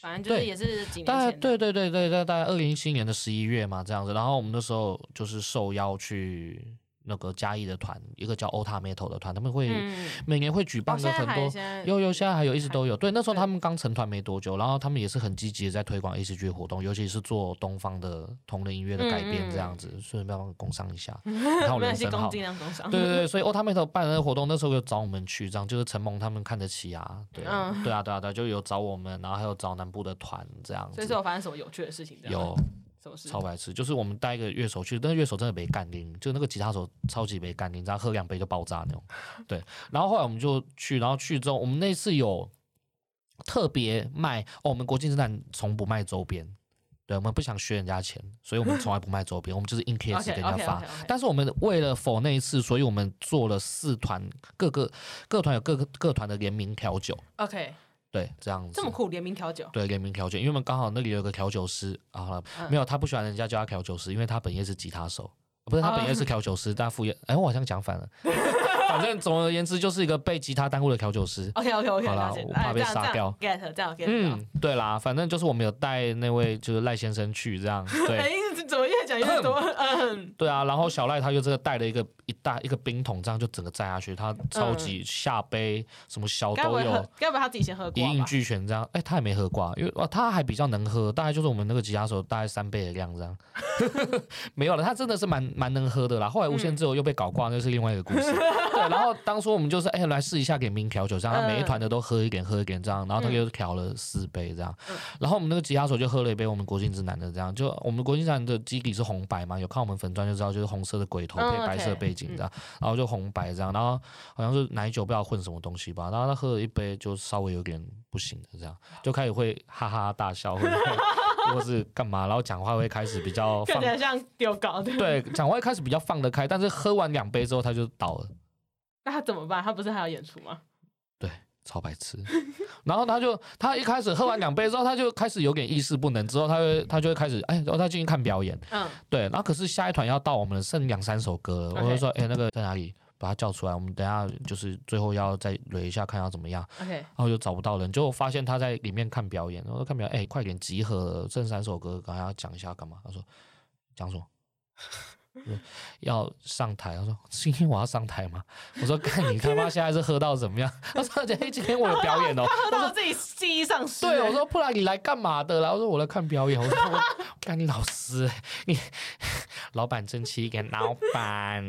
A: 反正就是
C: 对
A: 也是几年
C: 大概
A: 前的，
C: 对对对对对，大概二零一七年的十一月嘛这样子。然后我们那时候就是受邀去那个嘉义的团，一个叫欧塔 metal 的团，他们会、
A: 嗯，
C: 每年会举
A: 哦
C: 办个
A: 现在
C: 很
A: 还
C: 多
A: 现在，
C: 有有现在还有一直都有。对，那时候
A: 对
C: 他们刚成团没多久，然后他们也是很积极的在推广 A C G 活动，尤其是做东方的同人音乐的改编
A: 嗯嗯
C: 这样子，顺便帮我工商一 下。你看我
A: 没有
C: 人
A: 是
C: 真
A: 攻
C: 好。
A: 尽量工伤。
C: 对 对对，所以 o t a m e t 办的那个活动，那时候有找我们去，这样就是承蒙他们看得起啊，对啊，
A: 嗯
C: 对啊，对啊，对啊，就有找我们，然后还有找南部的团这样
A: 所以说
C: 子。
A: 我发生什么有趣的事情？这样吗
C: 有
A: 什么事？
C: 超白痴，就是我们带一个乐手去，但是乐手真的没干拎，就那个吉他手超级没干拎，这样喝两杯就爆炸那种。对，然后后来我们就去，然后去之后，我们那次有特别卖哦，我们国际之南从不卖周边，对，我们不想削人家钱，所以我们从来不卖周边，我们就是硬 case
A: OK
C: 给人家
A: OK
C: 发
A: OK。OK。
C: 但是我们为了否那一次，所以我们做了四团，各个各团有各个各团的联名调酒，
A: OK，
C: 对，这样子。
A: 这么酷，联名调酒。
C: 对，联名调酒，因为我们刚好那里有个调酒师啊，好了，
A: 嗯
C: 没有他不喜欢人家叫他调酒师，因为他本业是吉他手，不是他本业是
A: 哦
C: 调 酒师，但副业，哎，我好像讲反了， 反正总而言之就是一个被吉他耽误的调酒师。
A: OK OK OK，
C: 好啦
A: 了解。
C: 我
A: 哎
C: 怕被
A: 这样
C: 杀
A: 这样
C: 掉
A: Get 这样 get 到。
C: 嗯，对啦，反正就是我们有带那位就是赖先生去这 样，
A: 哎，
C: 对
A: 怎么越讲越多？ 嗯，
C: 对啊，然后小赖他就真的带了一个一大一个冰桶，这样就整个载下去，他超级下杯、什么小
A: 该不
C: 都
A: 会
C: 有
A: 嗯喝，，该不会他自己先喝
C: 一
A: 光
C: 应
A: 吧？
C: 俱全这样。哎、他也没喝挂，因为哇，他还比较能喝，大概就是我们那个吉他手大概三倍的量这样。 没有了，他真的是蛮蛮能喝的啦。后来无
A: 嗯
C: 限自由又被搞挂，那、是另外一个故 事。对，然后当初我们就是哎、来试一下给明调酒，这
A: 嗯
C: 样他每一团的都喝一点喝一点这样，然后他就调了四杯这样。
A: 嗯
C: 然后我们那个吉他手就喝了一杯我们国庆之南的这样，就我们国庆之南的基底是红白嘛，有看我们粉砖就知道，就是红色的鬼头
A: 嗯
C: 配白色
A: OK，嗯
C: 背景这样，然后就红白这样，然后好像是奶酒不知道混什么东西吧，然后他喝了一杯就稍微有点不行了，这样就开始会哈哈大笑，或者 会或是干嘛，然后讲话会开始 比较
A: 看
C: 放
A: 起，来像丢稿的。
C: 对，讲话会开始比较放得开，但是喝完两杯之后他就倒了。
A: 那他怎么办？他不是还要演出吗？
C: 对，超白痴。然后他就他一开始喝完两杯之后，他就开始有点意识不能，之后他会他就会开始哎，然后他进去看表演。
A: 嗯，
C: 对，然后可是下一团要到我们剩两三首歌了，我就
A: OK
C: 说哎，那个在哪里？把他叫出来，我们等一下就是最后要再蕊一下，看要怎么样。
A: OK，
C: 然后就找不到人，结果发现他在里面看表演，然后看表演，哎、快点集合了，剩三首歌，刚才要讲一下干嘛？他说讲什么？ 我说要上台，他说今天我要上台吗？我说看你他妈现在是喝到怎么样？他说哎，今天我有表 演哦、
A: 喝到自己记忆丧失。欸
C: 对，我说不然你来干嘛的啦？我说我来看表演。我说我干你老师、欸你 老板争气一点，老 板。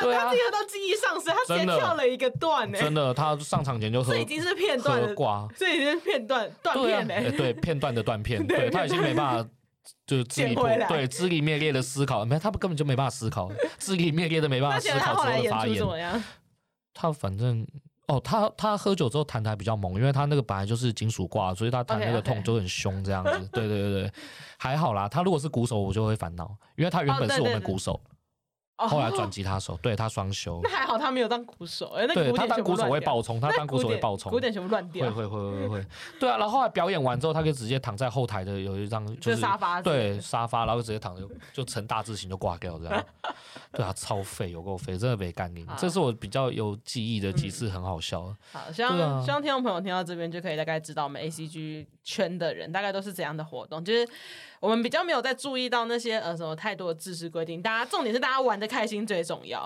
C: 天啊，
A: 他自己喝到记忆丧失，他直接
C: 真的
A: 跳了一个段呢
C: 对啊，，真的，他上场前就 喝，
A: 这已经欸是片段
C: 喝
A: 了，
C: 挂。
A: 这已经是片段断
C: 对啊
A: 片，欸
C: 哎
A: 嘞。
C: 对，片段的断片，对他已经没办法。就是支离
A: 捡
C: 破
A: 回来
C: 对支离灭裂的思考，没有他们根本就没办法思考，支离灭裂的没办
A: 那
C: 法
A: 觉
C: 思
A: 得他
C: 考
A: 后
C: 之
A: 来
C: 后的
A: 演
C: 发
A: 出
C: 言
A: 怎。么样？
C: 他反正哦，他他喝酒之后弹的还比较猛，因为他那个本来就是金属挂，所以他弹那个
A: OK，OK
C: 痛就很凶这样子。对对对对，还好啦。他如果是鼓手，我就会烦恼，因为他原
A: 哦
C: 本
A: 对
C: 是我
A: 对
C: 们
A: 对
C: 鼓手，
A: 哦
C: 后来 转吉他手，对他双休
A: 那，还好他没有当鼓手，哎，那
C: 对
A: 古
C: 他
A: 典
C: 当
A: 全部
C: 鼓手
A: 乱
C: 会
A: 掉
C: 爆冲，他
A: 那
C: 当鼓手会
A: 典
C: 爆冲，
A: 古典全部乱掉
C: 会，会会会会， 对啊，然后后来表演完之后，他可以直接躺在后台的有一张
A: 就
C: 就是是
A: 沙发之类
C: 对
A: 的
C: 沙发，然后直接躺着就成大字型就挂掉这样，对啊，超废，有够废，真的没干净
A: 啊。嗯
C: 这是我比较有记忆的几次很好笑的，
A: 好，希
C: 对
A: 望、
C: 啊
A: 希望听众朋友听到这边就可以大概知道我们 A C G 圈的人大概都是怎样的活动，就是我们比
C: 啊
A: 较没有在注意到那些呃什么太多的知识规定，大家重点是大家玩的开心最重要。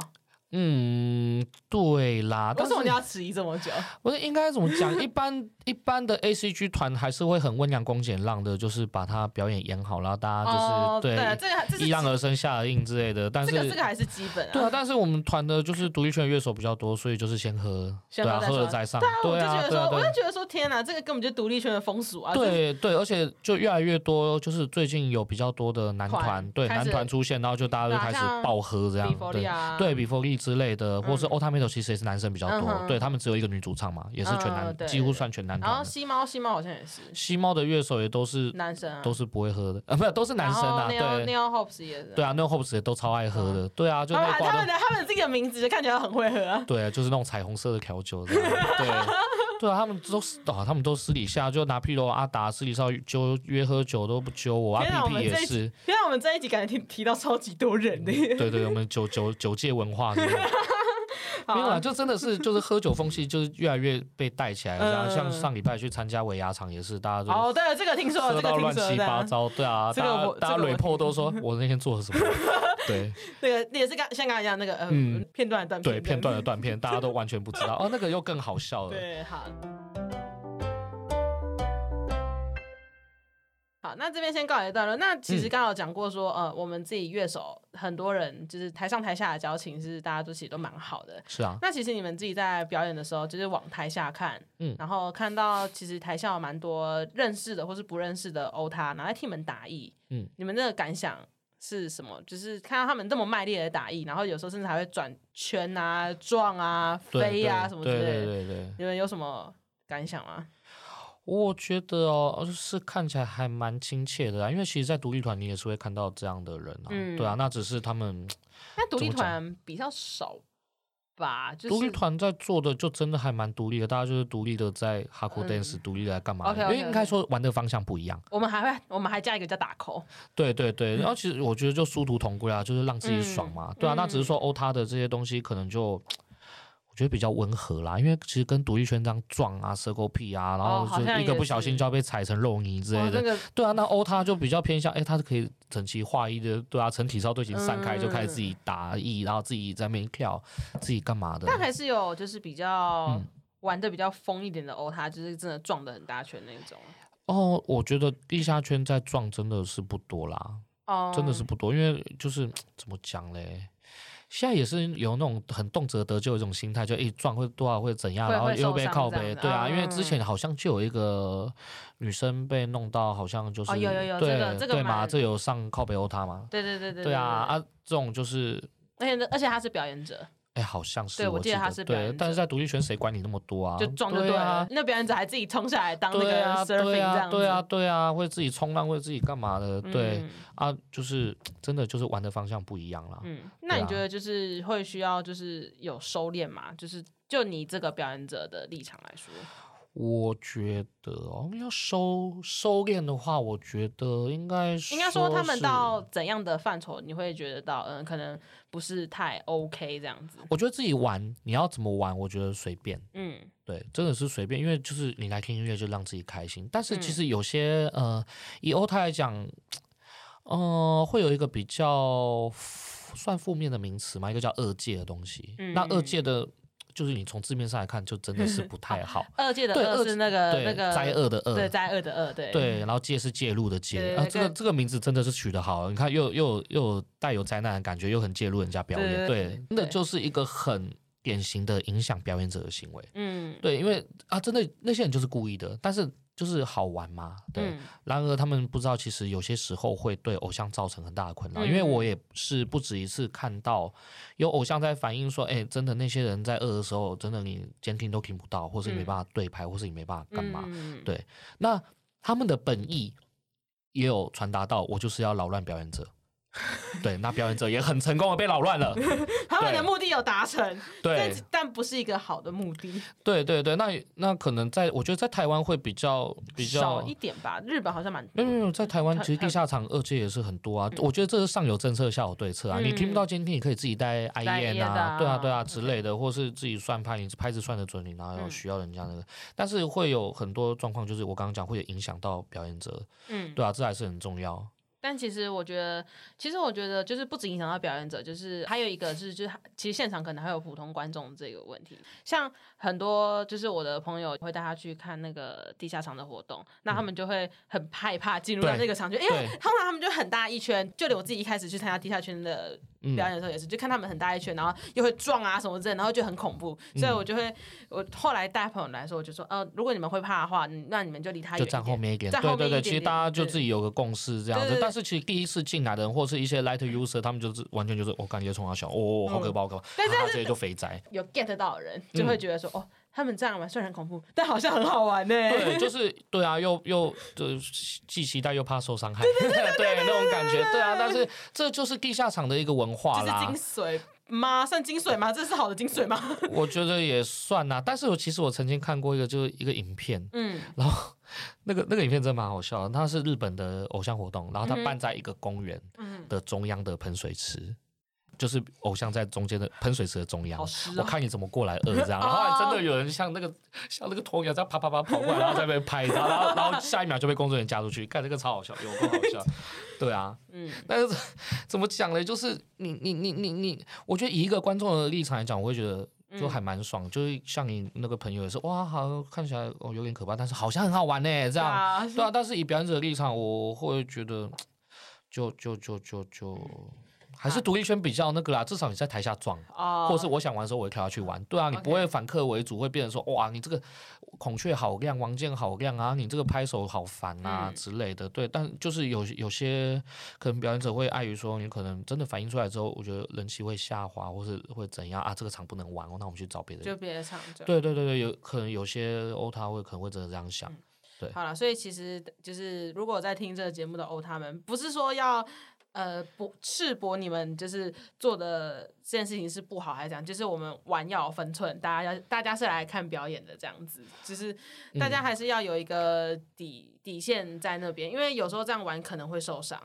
C: 嗯，对啦，
A: 为
C: 但
A: 什
C: 是
A: 么你要迟疑这么久？
C: 不是应该怎么讲？一般一般的 A C G 团还是会很温良恭俭让的，就是把它表演演好，然后大啊家就是、
A: 哦，对，这个这是
C: 依
A: 基
C: 样而生下而应之类的。但是
A: 这个这个还是基本啊。
C: 对啊，但是我们团的就是独立圈乐手比较多，所以就是先喝，
A: 先
C: 对啊，
A: 喝再
C: 喝了
A: 说
C: 再上，
A: 我
C: 对
A: 就觉
C: 啊，
A: 得
C: 对啊，
A: 说，我
C: 对
A: 就
C: 啊。
A: 觉得说，天哪，这个根本就是独立圈的风俗啊！就是，
C: 对对，而且就越来越多，就是最近有比较多的男
A: 团
C: 团，对
A: 开
C: 男
A: 始
C: 团出现，然后就大家
A: 对
C: 就
A: 啊
C: 开始
A: 像
C: 爆喝这样
A: 比，佛利
C: 对
A: 啊，
C: 对，比佛利之类的，或是
A: 嗯
C: o t a m i t o 其实也是男生比较
A: 嗯
C: 多，
A: 哼
C: 对他们只有一个女主唱嘛，也是全
A: 嗯对
C: 男，几乎
A: 对
C: 算全男
A: 然后
C: 团的。
A: 吸猫，吸猫好像也是
C: 西猫的乐手也都是
A: 男生啊，
C: 都是不会喝的，啊，不都是男生啊，
A: 然后 Neil 嗯
C: 对
A: Neil Hobbs 也是，
C: 对啊，No Hopes 也都超爱喝的，对啊，就
A: 他
C: 那
A: 们他
C: 挂
A: 们
C: 的，
A: 的他们自己的名字就看起来很会喝啊。
C: 对，就是那种彩虹色的调酒这样，对。对啊，他们都是啊，他们都私底下就拿屁罗阿达私底下揪约喝酒都不揪我，
A: 天哪
C: 阿
A: 我
C: 屁屁
A: 们
C: 也
A: 这一
C: 是
A: 集，，天哪，我们这一集感觉提提到超级多人的耶。
C: 嗯对对，我们酒酒酒界文化是不是
A: 好啊
C: 没有啦，啊就真的是就是喝酒风气就是越来越被带起来了，然后像
A: 嗯
C: 上礼拜去参加尾牙场也是，大家都
A: 哦，对，这个听说了，这个
C: 喝到
A: 听
C: 乱
A: 说了
C: 七
A: 对
C: 八
A: 啊，
C: 糟，对啊，
A: 这
C: 大
A: 个我
C: 家大家
A: 这个我
C: r e p o 都说我那天 做了什么，对
A: 那个那也是刚像刚才一样那个呃
C: 嗯
A: 片段的断
C: 对，片
A: 这
C: 段
A: 样
C: 的
A: 子。
C: 断片，大家都完全不知道，哦，那个又更好笑了，
A: 对，好。好，那这边先告一段落。那其实
C: 嗯
A: 刚刚有讲过说，呃，我们自己乐手很多人就是台上台下的交情是大家都其实都蛮好的。
C: 是啊，
A: 那其实你们自己在表演的时候，就是往台下看，
C: 嗯
A: 然后看到其实台下有蛮多认识的或是不认识的欧他，然后在替你们打译，
C: 嗯
A: 你们那个感想是什么？就是看到他们这么卖力的打译，然后有时候甚至还会转圈啊、撞啊、
C: 对
A: 飞啊
C: 对
A: 什么之
C: 对
A: 类的，
C: 对对对，
A: 你们有什么感想吗？
C: 我觉得哦，是看起来还蛮亲切的啦，啊因为其实，在独立团你也是会看到这样的人啊，
A: 嗯
C: 对啊，那只是他们
A: 那独
C: 怎
A: 立
C: 么讲
A: 团比较少吧，就是
C: 独立团在做的就真的还蛮独立的，大家就是独立的在 hardcore
A: 嗯
C: dance，、独立的在干嘛
A: OK，OK，OK
C: 因为应该说玩的方向不一样。
A: 我们还会，我们还加一个叫打扣，
C: 对对对，然后其实我觉得就殊途同归啊，就是让自己爽嘛。对啊，
A: 嗯
C: 那只是说欧他的这些东西可能就。我觉得比较温和啦，因为其实跟独立圈这样撞啊、蛇狗屁啊，然
A: 哦
C: 后
A: 好
C: 就
A: 像
C: 一个
A: 也
C: 不小
A: 是
C: 心就要被踩成肉泥之
A: 哇
C: 类的
A: 哦那。个
C: 对啊，那欧他就比较偏向，哎、他是可以整齐划一的，对啊，成体操队形散开，就
A: 嗯
C: 开始自己打意，然后自己在那边跳，自己干嘛的。
A: 但还是有就是比较
C: 嗯
A: 玩的比较疯一点的欧他，就是真的撞的很大圈那种。
C: 哦，我觉得地下圈在撞真的是不多啦，
A: 哦，
C: 真的是不多，因为就是怎么讲嘞，现在也是有那种很动辄得咎的一种心态，就一撞会多少会怎样，
A: 会
C: 然后
A: 会
C: 又
A: 受
C: 被
A: 伤
C: 靠
A: 这样
C: 背，
A: 子
C: 对啊，因为
A: 嗯
C: 之前好像就有一个女生被弄到，好像就是、
A: 哦有有有这
C: 对、
A: 个这个
C: 对嘛，
A: 蛮
C: 这有上靠背殴他嘛，
A: 对对对对
C: 对啊，啊这种就是。
A: 而且而且他是表演者，
C: 哎，好像是，
A: 对我
C: 我
A: 记得他是表
C: 对
A: 演，
C: 但是
A: 者
C: 在独立圈谁管你那么多啊？
A: 就撞就
C: 对
A: 了。
C: 啊，
A: 那表演者还自己冲下来当那
C: 对
A: 个 surfing
C: 啊，
A: 这
C: 对
A: 样
C: 啊，
A: 子，
C: 对啊，对啊，会自己冲浪，会自己干嘛的？对，
A: 嗯
C: 啊，就是真的就是玩的方向不一样啦。
A: 嗯，那你
C: 对啊
A: 觉得就是会需要就是有收敛吗？就是就你这个表演者的立场来说，
C: 我觉得哦，要收收敛的话，我觉得应该
A: 应该说他们
C: 是
A: 到，怎样的范畴，你会觉得到嗯，可能不是太 OK 这样子。
C: 我觉得自己玩，你要怎么玩，我觉得随便。
A: 嗯，
C: 对，真的是随便，因为就是你来听音乐就让自己开心。但是
A: 嗯。
C: 其实有些、呃，以欧泰来讲，呃，会有一个比较负算负面的名词嘛，一个叫恶界的东西。那恶界的，就是你从字面上来看，就真的是不太好
A: 二届的
C: 对
A: 二
C: 二
A: 是那个
C: 对，
A: 呃那个
C: 灾厄的恶，
A: 对灾厄的厄，对
C: 对，然后介是介入的介
A: 对
C: 啊，
A: 对
C: 这个
A: 跟
C: 这个名字真的是取得好，你看又又又有带有灾难的感觉，又很介入人家表演，
A: 对对
C: 对
A: 对，
C: 真的
A: 对
C: 就是一个很典型的影响表演者的行为。
A: 嗯
C: 对，因为啊，真的那些人就是故意的，但是就是好玩嘛，对。
A: 嗯
C: 然而他们不知道，其实有些时候会对偶像造成很大的困扰，因为
A: 嗯
C: 我也是不止一次看到有偶像在反映说，哎、真的那些人在饿的时候，真的你监听都听不到，或是你
A: 嗯
C: 没办法对拍，或是你没办法干嘛。
A: 嗯
C: 对那他们的本意也有传达到，我就是要扰乱表演 者。对，那表演者也很成功的被扰乱了。
A: 他们
C: 对
A: 的目的有达成，但
C: 对，
A: 但不是一个好的目的，
C: 对对对，那那可能在我觉得在台湾会比较比
A: 少
C: 较嗯
A: 一。点吧。日本好像蛮
C: 没
A: 多
C: 有没有，在台湾
A: 它
C: 其实
A: 它
C: 地下场二界也是很多啊。
A: 嗯
C: 我觉得这是上有政策，下有对策啊。你听不到监听，你可以自己带 I
A: 带
C: E N
A: 夜的
C: 啊
A: 啊，
C: 对啊对啊之类的，或是自己算拍，你拍子算的准，你哪有
A: 嗯
C: 需要人家那个？但是会有很多状况，就是我刚刚讲会有影响到表演者，
A: 嗯
C: 对啊，这还是很重要。
A: 但其实我觉得，其实我觉得就是不止影响到表演者，就是还有一个是，就是其实现场可能还有普通观众这个问题。像很多就是我的朋友会带他去看那个地下场的活动，那他们就会很害怕进入到
C: 嗯对
A: 那个场去，因为
C: 对
A: 通常他们就很大一圈，就连我自己一开始去参加地下圈的
C: 嗯
A: 表演的时候也是，就看他们很大一圈，然后又会撞啊什么之类的，然后就很恐怖，所
C: 嗯
A: 以我就会，我后来带朋友来说，我就说，呃，如果你们会怕的话，你那你们就离他远
C: 就
A: 一点
C: 站后面一点，
A: 站
C: 对
A: 后面
C: 对
A: 一点
C: 对，
A: 点
C: 其实大家就自己有个共识这样
A: 对
C: 子
A: 对。对
C: 但是其实第一次进来的人，或是一些 light user，他们就是完全就是我感觉从小小，哦，好可怕，好可怕，
A: 嗯但是
C: 哈哈这些就肥宅。
A: 有 get 到的人，
C: 嗯
A: 就会觉得说，哦，他们这样玩虽然很恐怖，但好像很好玩呢、
C: 对，就是对啊，又又就既期待又怕受伤害， 对那种感觉，对啊。但是这就是地下场的一个文化
A: 这是
C: 啦，
A: 精髓吗？算精髓吗？这是好的精髓吗？
C: 我觉得也算啦。但是我其实我曾经看过一个，就是一个影片，
A: 嗯，
C: 然后那个那个影片真的蛮好笑的，它是日本的偶像活动，然后它
A: 嗯哼
C: 办在一个公园
A: 嗯
C: 的中央的喷水池。就是偶像在中间的喷水池的中央，
A: 好湿哦哦
C: 我看你怎么过来二 这样，然后后来真的有人像那个像那个鸵鸟这样啪啪啪跑过来，然后在那边拍，然后然后然后下一秒就被工作人员架出去，看这个超好笑，有够好 笑，对啊，
A: 嗯，
C: 但是怎么讲呢？就是你你你你你，我觉得以一个观众的立场来讲，我会觉得就还蛮爽。就是像你那个朋友也是，哇，好看起来哦有点可怕，但是好像很好玩呢，这
A: 对
C: 样
A: 啊，
C: 对啊。但是以表演者的立场，我会觉得就就就就就还是独立圈比较那个啦，至少你在台下撞。
A: 哦，
C: 或是我想玩的时候，我会跳下去玩。对啊，你不
A: OK
C: 会反客为主，会变成说哇，你这个孔雀好亮，王建好亮啊，你这个拍手好烦啊、
A: 嗯
C: 之类的。对，但就是有有些可能表演者会碍于说，你可能真的反应出来之后，我觉得人气会下滑，或是会怎样啊，这个场不能玩哦，那我们去找别
A: 就
C: 人。
A: 别的唱这样。
C: 对对对对，有可能有些欧他会可能会真的这样想。
A: 好了，所以其实就是如果在听这个节目的欧他们，不是说要呃不赤膊你们就是做的这件事情是不好还是怎样，就是我们玩要有分寸，大家要大家是来看表演的这样子，就是大
C: 嗯
A: 家还是要有一个底底线在那边，因为有时候这样玩可能会受伤。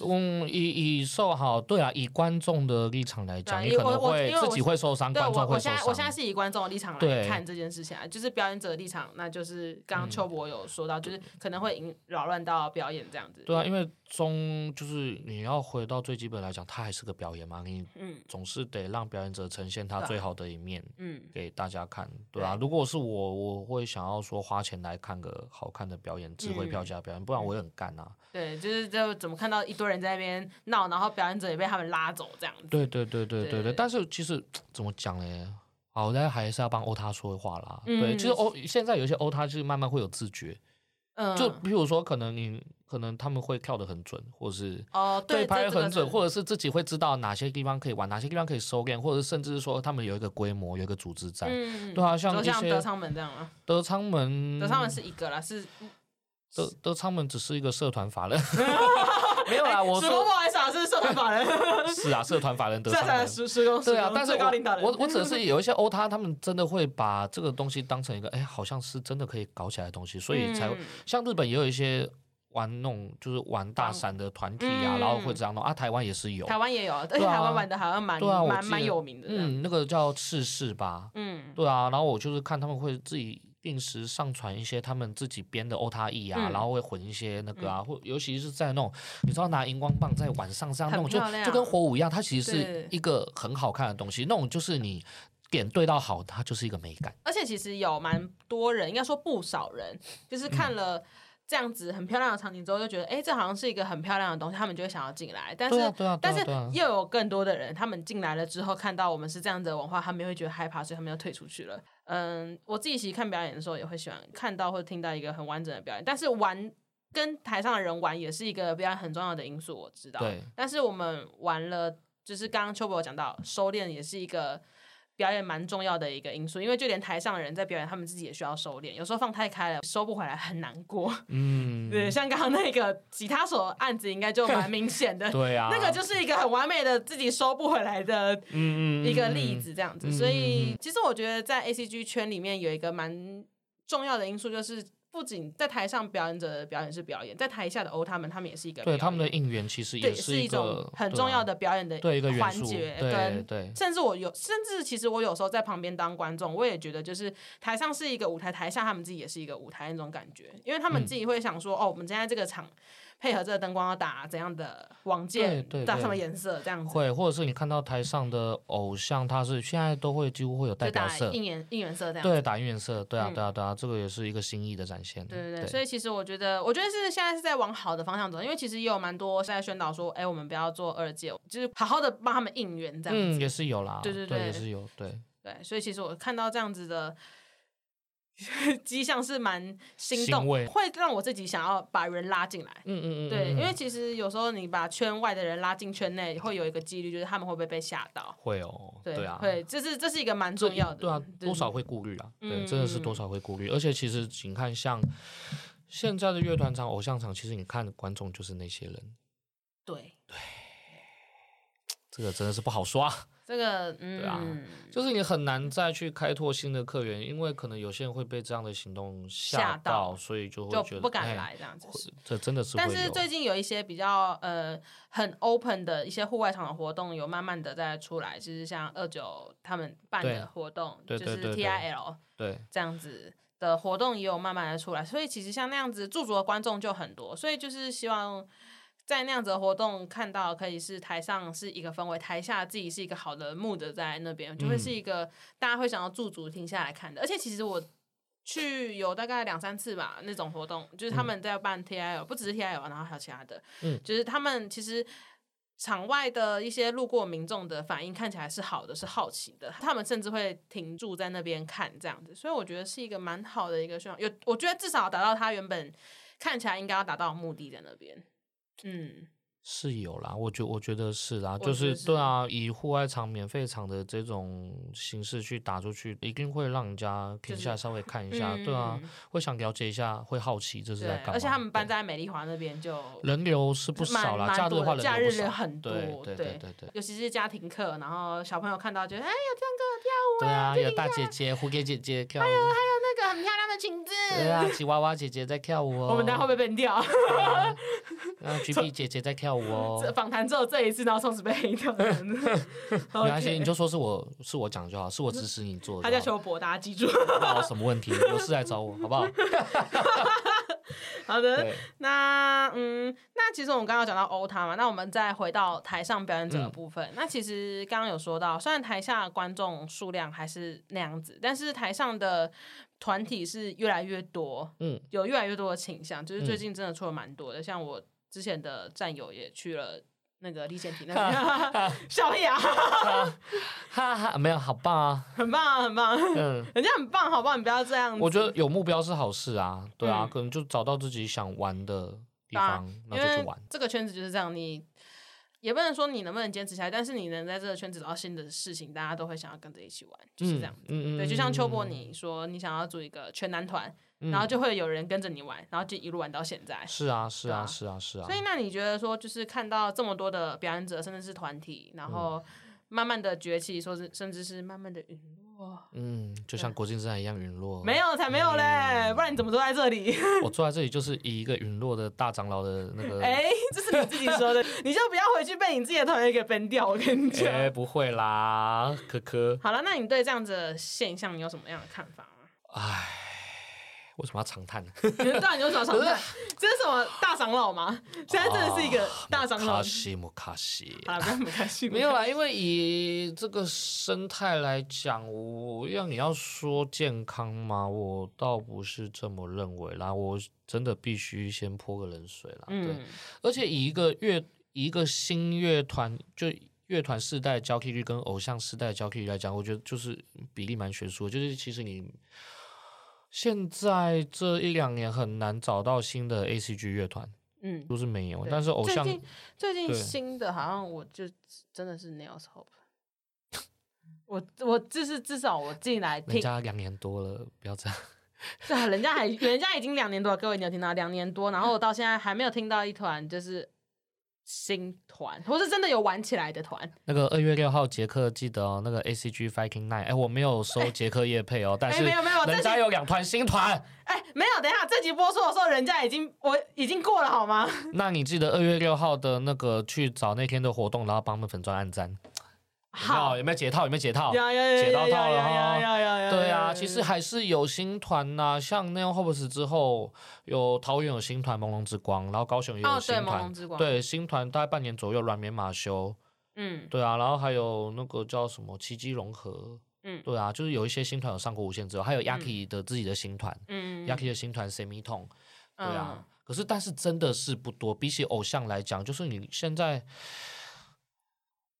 C: 嗯，以以受好，对啊，以观众的立场来讲，
A: 对啊
C: 你
A: 因为
C: 可能
A: 我我
C: 会
A: 因为我
C: 自己会受伤，
A: 对
C: 观
A: 我
C: 众
A: 我
C: 会受
A: 现在
C: 伤。
A: 我现在是以观众的立场来
C: 对嗯
A: 看这件事情啊，就是表演者的立场，那就是刚刚秋博有说到，就是可能会影扰乱到表演这样子。
C: 对啊，因为中就是你要回到最基本来讲，它还是个表演嘛，你
A: 嗯
C: 总是得让表演者呈现他
A: 对啊
C: 最好的一面
A: 嗯。
C: 给大家看，对啊。
A: 对
C: 如果是我，我会想要说花钱来看个好看的表演，值
A: 嗯
C: 回票价的表演，不然我也很干啊。
A: 对，就是就怎么看到一堆人在那边闹，然后表演者也被他们拉走这样子。
C: 对对对
A: 对
C: 对对
A: 对
C: 对。但是其实怎么讲呢？好，但还是要帮欧他说话啦。
A: 嗯
C: 对，其实欧现在有一些欧他是慢慢会有自觉，
A: 嗯，
C: 就比如说可能你可能他们会跳得很准，或是
A: 哦，对，这
C: 拍
A: 这个
C: 很准，
A: 是
C: 或者是自己会知道哪些地方可以玩，哪些地方可以收敛，或者甚至是说他们有一个规模，有一个组织在。
A: 嗯，
C: 对啊，像
A: 就
C: 一
A: 像
C: 些
A: 德昌门这样啊，
C: 德昌门，
A: 德昌门是一个啦，是
C: 嗯德德昌门只是一个社团法 人，没有啦，我
A: 史公不
C: 说
A: 好意思啊，是社团法人，
C: 是啊，社团法人德
A: 社
C: 昌
A: 团
C: 门。
A: 史史公，
C: 对
A: 史
C: 啊
A: 公，
C: 但是
A: 最高领导
C: 我
A: 人
C: 我 我只是有一些欧他，他们真的会把这个东西当成一个，哎，好像是真的可以搞起来的东西，所以才会
A: 嗯
C: 像日本也有一些玩那种就是玩大伞的团体啊，
A: 嗯
C: 然后会这样弄啊，台湾也是有，
A: 台湾也有，而且
C: 对啊
A: 台湾玩的好像蛮
C: 对啊，我
A: 蛮
C: 记
A: 蛮
C: 得
A: 有名的这样，
C: 嗯，那个叫赤事吧，
A: 嗯
C: 对啊，然后我就是看他们会自己定时上传一些他们自己编的欧他 E 啊，
A: 嗯
C: 然后会混一些那个啊，或尤其是在那种你知道拿荧光棒在晚上这样
A: 很
C: 弄，就
A: 漂亮
C: 就跟火舞一样，它其实
A: 对
C: 是一个很好看的东西，那种就是你点对到好，它就是一个美感。
A: 而且其实有蛮多人，应该说不少人，就是
C: 嗯
A: 看了这样子很漂亮的场景之后，就觉得，哎、这好像是一个很漂亮的东西，他们就会想要进来。但是，
C: 对啊对啊对啊
A: 但是
C: 对啊
A: 又有更多的人，他们进来了之后，看到我们是这样子的文化，他们也会觉得害怕，所以他们就退出去了。嗯，我自己其实看表演的时候，也会喜欢看到或听到一个很完整的表演，但是玩。跟台上的人玩也是一个表演很重要的因素，我知道。
C: 对
A: 但是我们玩了，就是刚刚秋博有讲到，收敛也是一个表演蛮重要的一个因素，因为就连台上的人在表演，他们自己也需要收敛，有时候放太开了，收不回来很难过。
C: 嗯，
A: 对，像刚刚那个吉他手案子，应该就蛮明显 的。
C: 对啊，
A: 那个就是一个很完美的自己收不回来的
C: 嗯嗯
A: 一个例子，这样子。
C: 嗯
A: 所以其实我觉得在 A C G 圈里面有一个蛮重要的因素，就是不仅在台上表演者的表演是表演，在台下的欧他们他们也是一个表
C: 对他们的
A: 演
C: 应援其实
A: 对
C: 也
A: 是
C: 一
A: 一
C: 个
A: 种很重要
C: 的
A: 的表演的
C: 对一个元
A: 环
C: 素，
A: 节
C: 对
A: 跟
C: 对。
A: 甚至我有，甚至其实我有时候在旁边当观众，我也觉得就是台上
C: 嗯
A: 是一个舞台，台下他们自己也是一个舞台那种感觉，因为他们自己会想说，哦，我们今天在这个场配合这个灯光要打怎样的网件，
C: 对对
A: 打
C: 对
A: 什么颜色这样子，
C: 会，或者是你看到台上的偶像，他是现在都会几乎会有代
A: 就
C: 表
A: 打
C: 色，
A: 应援应援色这样子。
C: 对，打应援色，对啊，
A: 嗯
C: 对啊，对啊，这个也是一个新意的展现。
A: 对对对，
C: 对，
A: 所以其实我觉得，我觉得是现在是在往好的方向走，因为其实也有蛮多现在宣导说，哎，我们不要做二届，就是好好的帮他们应援这样子。
C: 嗯，也是有啦，
A: 对对
C: 也
A: 对
C: 是有，对，
A: 对，所以其实我看到这样子的 迹象是蛮心
C: 欣
A: 动
C: 慰，
A: 会让我自己想要把人拉进来。
C: 嗯嗯嗯，
A: 对，因
C: 嗯
A: 为
C: 嗯
A: 其实有时候你把圈外的人拉进圈内，会有一个几率，就是他们会不会被吓到？
C: 会哦，
A: 对
C: 啊，
A: 会，这是这是一个蛮重要的，
C: 对啊，多少
A: 会
C: 会顾虑啊，
A: 嗯
C: 对，真的是
A: 嗯
C: 多少会顾虑。而且其实你看，像现在的乐团场、偶像场，其实你看的观众就是那些人，
A: 对
C: 这个真的是不好说啊。
A: 这个，嗯，
C: 啊就是你很难再去开拓新的客源，因为可能有些人会被这样的行动
A: 吓
C: 吓
A: 到
C: 到，所以就会觉
A: 就
C: 得
A: 不敢
C: 哎
A: 来这样子。
C: 会这真的是会
A: 但
C: 有。
A: 是最近有一些比较呃很 open 的一些户外场的活动，有慢慢的在出来，就是像二九他们办
C: 对
A: 的活动，
C: 对对
A: 就
C: 对
A: 是
C: 对
A: TIL
C: 对
A: 这样子的活动也有慢慢的出来，所以其实像那样子驻足的观众就很多，所以就是希望。在那样子的活动看到，可以是台上是一个氛围，台下自己是一个好的 mood 在那边，就会是一个大家会想要驻足停下来看的。而且其实我去有大概两三次吧，那种活动，就是他们在办 TIL，、不只是 TIL，然后还有其他的，
C: 嗯
A: 就是他们其实。场外的一些路过民众的反应看起来是好的，是好奇的，他们甚至会停住在那边看这样子，所以我觉得是一个蛮好的一个宣传，有我觉得至少达到他原本看起来应该要达到的目的在那边，嗯，
C: 是有啦，我觉我觉得是啦，
A: 觉
C: 就
A: 得
C: 是
A: 是
C: 对啊，以户外场、免费场的这种形式去打出去，一定会让人家停
A: 是
C: 下来稍微看一下，
A: 嗯
C: 对啊
A: 嗯嗯，
C: 会想了解一下，会好奇这是
A: 对
C: 在干，嘛。
A: 而且他们搬
C: 对
A: 在美丽华那边就
C: 人流是不
A: 蛮
C: 少啦，
A: 蛮
C: 假日
A: 多
C: 的话
A: 的假
C: 流
A: 日
C: 不少
A: 人很多，
C: 对对
A: 对
C: 对对。
A: 尤其是家庭课，然后小朋友看到觉得哎有
C: 对啊，有大姐姐、蝴蝶姐姐
A: 哎
C: 跳舞，
A: 这个很漂亮的裙子，
C: 对啊，吉娃娃姐姐在跳舞 哦。哦
A: 我们等下会被 ban 掉。
C: 啊橘皮姐姐在跳舞
A: 这
C: 哦。
A: 访谈只有这一次，然后从此被黑掉。
C: 没关系，
A: OK
C: 你就说是我是我讲就好，是我指使你做的。
A: 他叫邱博，大家记住。
C: 那有什么问题？有事来找我， 好不好？
A: 好的，
C: 对，
A: 那嗯，那其实我们刚刚有讲到欧他嘛，那我们再回到台上表演者
C: 嗯
A: 的部分。那其实刚刚有说到，虽然台下的观众数量还是那样子，但是台上的团体是越来越多，
C: 嗯，
A: 有越来越多的倾向。就是最
C: 嗯
A: 近真的出了蛮多的，像我之前的战友也去了。那个李健体那 边笑屁啊，
C: 哈哈，没有，好棒啊，
A: 很棒啊，很棒啊，
C: 嗯。
A: 人家很棒，好不好？你不要这样子。
C: 我觉得有目标是好事啊，对啊，
A: 嗯
C: 可能就找到自己想玩的地
A: 对啊
C: 方，那
A: 因
C: 就
A: 为
C: 去玩。
A: 这个圈子就是这样，你也不能说你能不能坚持下来，但是你能在这个圈子找到新的事情，大家都会想要跟着一起玩，就是这样子。
C: 嗯
A: 对，就像秋波，
C: 嗯
A: 你说你想要组一个全男团，
C: 嗯
A: 然后就会有人跟着你玩，然后就一路玩到现在。
C: 是啊，是
A: 对啊
C: 啊，是啊，是啊
A: 所。以，那你觉得说，就是看到这么多的表演者，甚至是团体，
C: 嗯
A: 然后慢慢的崛起，说是甚至是慢慢的陨落，
C: 嗯，就像国境之南一样陨落。
A: 啊没，有才没有
C: 嗯
A: 嘞，不然你怎么坐在这里？
C: 我坐在这里就是以一个陨落的大长老的那 个。
A: 哎、这是你自己说的，你就不要回去被你自己的团员给崩掉。我跟你讲，
C: 哎，不会啦，科科。
A: 好了，那你对这样子的现象你有什么样的看法吗？
C: 为什么要长叹呢？
A: 你知道你有什么想法？这是什么大长老吗？现在真的是一个大长老。
C: 卡
A: 好
C: 西莫卡西。
A: 了，不要那么开心。
C: 没有啊啦，因为以这个生态来讲，我要你要说健康嘛，我倒不是这么认为啦。我真的必须先泼个冷水啦。对，
A: 嗯，
C: 而且以一个乐以一个新乐团就。乐团世代交替率跟偶像世代交替率来讲，我觉得就是比例蛮悬殊的。就是其实你现在这一两年很难找到新的 A C G 乐团，
A: 嗯，
C: 都是没有。
A: 对
C: 但是偶像
A: 最近最近
C: 对
A: 新的好像我就真的是 Nails Hope。我我就是至少我进来
C: 人
A: 听，
C: 家两年多了，不要这样。
A: 对啊，人家还人家已经两年多了，各位你有听到两年多，然后我到现在还没有听到一团就是新团，或是真的有玩起来的团，
C: 那个二月六号杰克记得哦，那个 A C G Viking Night，哎，我没有收杰克夜配 哦，但是
A: 哎没有没有这
C: 人家
A: 是
C: 有两团新团，
A: 哎、没有，等一下这集播出的时候，人家已经我已经过了好吗？
C: 那你记得二月六号的那个去找那天的活动，然后帮我们粉砖按赞，好，有没有解套？有没有解套？
A: 呀呀呀
C: 解
A: 呀
C: 哦到
A: 呀
C: 套了
A: 呀
C: 哈。
A: 呀呀呀！
C: 对啊，其实还是有新团呐、像那样 Hopes 之后，有桃园有新团朦胧之光，然后高雄也有
A: 哦
C: 新
A: 对，朦
C: 团，
A: 胧之光，，
C: 对新团大概半年左右，软棉马修，
A: 嗯
C: 对啊，然后还有那个叫什么奇迹融合，
A: 嗯
C: 对啊，就是有一些新团有上过无限之后，还有 Yaki 的自己的新团、
A: 嗯
C: y a k i 的新团 Semi t o n
A: 嗯
C: 对啊，可是但是真的是不多，比起偶像来讲，就是你现在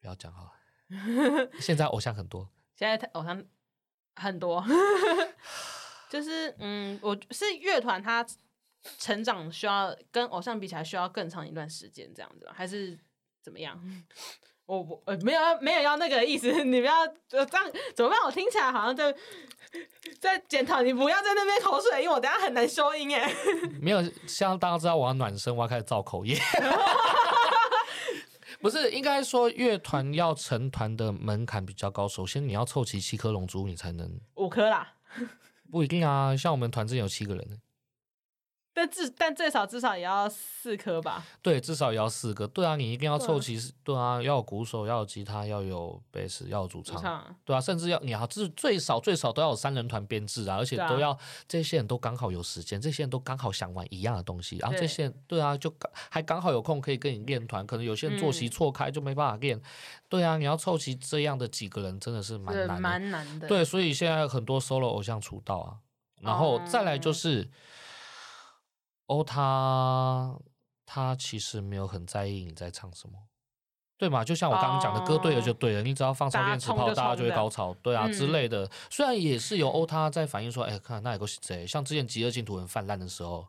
C: 不要讲好了， 现在偶像很多，
A: 现在他偶像很多， 就是嗯，我是乐团，它成长需要跟偶像比起来需要更长一段时间，这样子吗还是怎么样？ 我我呃没有要没有要那个意思， 你不要呃这样怎么办？我听起来好像在 在检讨，你不要在那边口水因为我等下很难收音哎。
C: 没有像大家知道我要暖身，我要开始造口 业。不是，应该说乐团要成团的门槛比较高。首先，你要凑齐七颗龙珠，你才能
A: 五颗啦，
C: 不一定啊。像我们团之前有七个人呢，
A: 但至但最少至少也要四颗吧。
C: 对，至少也要四个。对啊，你一定要
A: 对啊
C: 凑齐四，对啊，要有鼓手，要有吉他，要有贝斯，要有主
A: 主
C: 唱，
A: 唱
C: 对啊，甚至要你要至最少最少都要有三人团编制啊，而且
A: 对啊
C: 都要、这些人都刚好有时间，这些人都刚好想玩一样的东西，然后
A: 对
C: 这些人对啊，就刚还刚好有空可以跟你练团，可能有些人作息
A: 嗯
C: 错开就没办法练，对啊，你要凑齐这样的几个人真的是蛮
A: 对
C: 难的，
A: 蛮难的。
C: 对，所以现在很多 solo 偶像出道啊，然后再来就是，哦，他他其实没有很在意你在唱什么，对嘛？就像我刚刚讲的，歌对了就对了，你只要放上
A: 大家
C: 电磁
A: 冲
C: 炮，
A: 哦就
C: 大家
A: 冲
C: 就会
A: 的
C: 高潮，对啊之
A: 嗯
C: 类的。虽然也是有欧他在反映说，哎，看那有个谁，像之前极恶净土很泛滥的时候，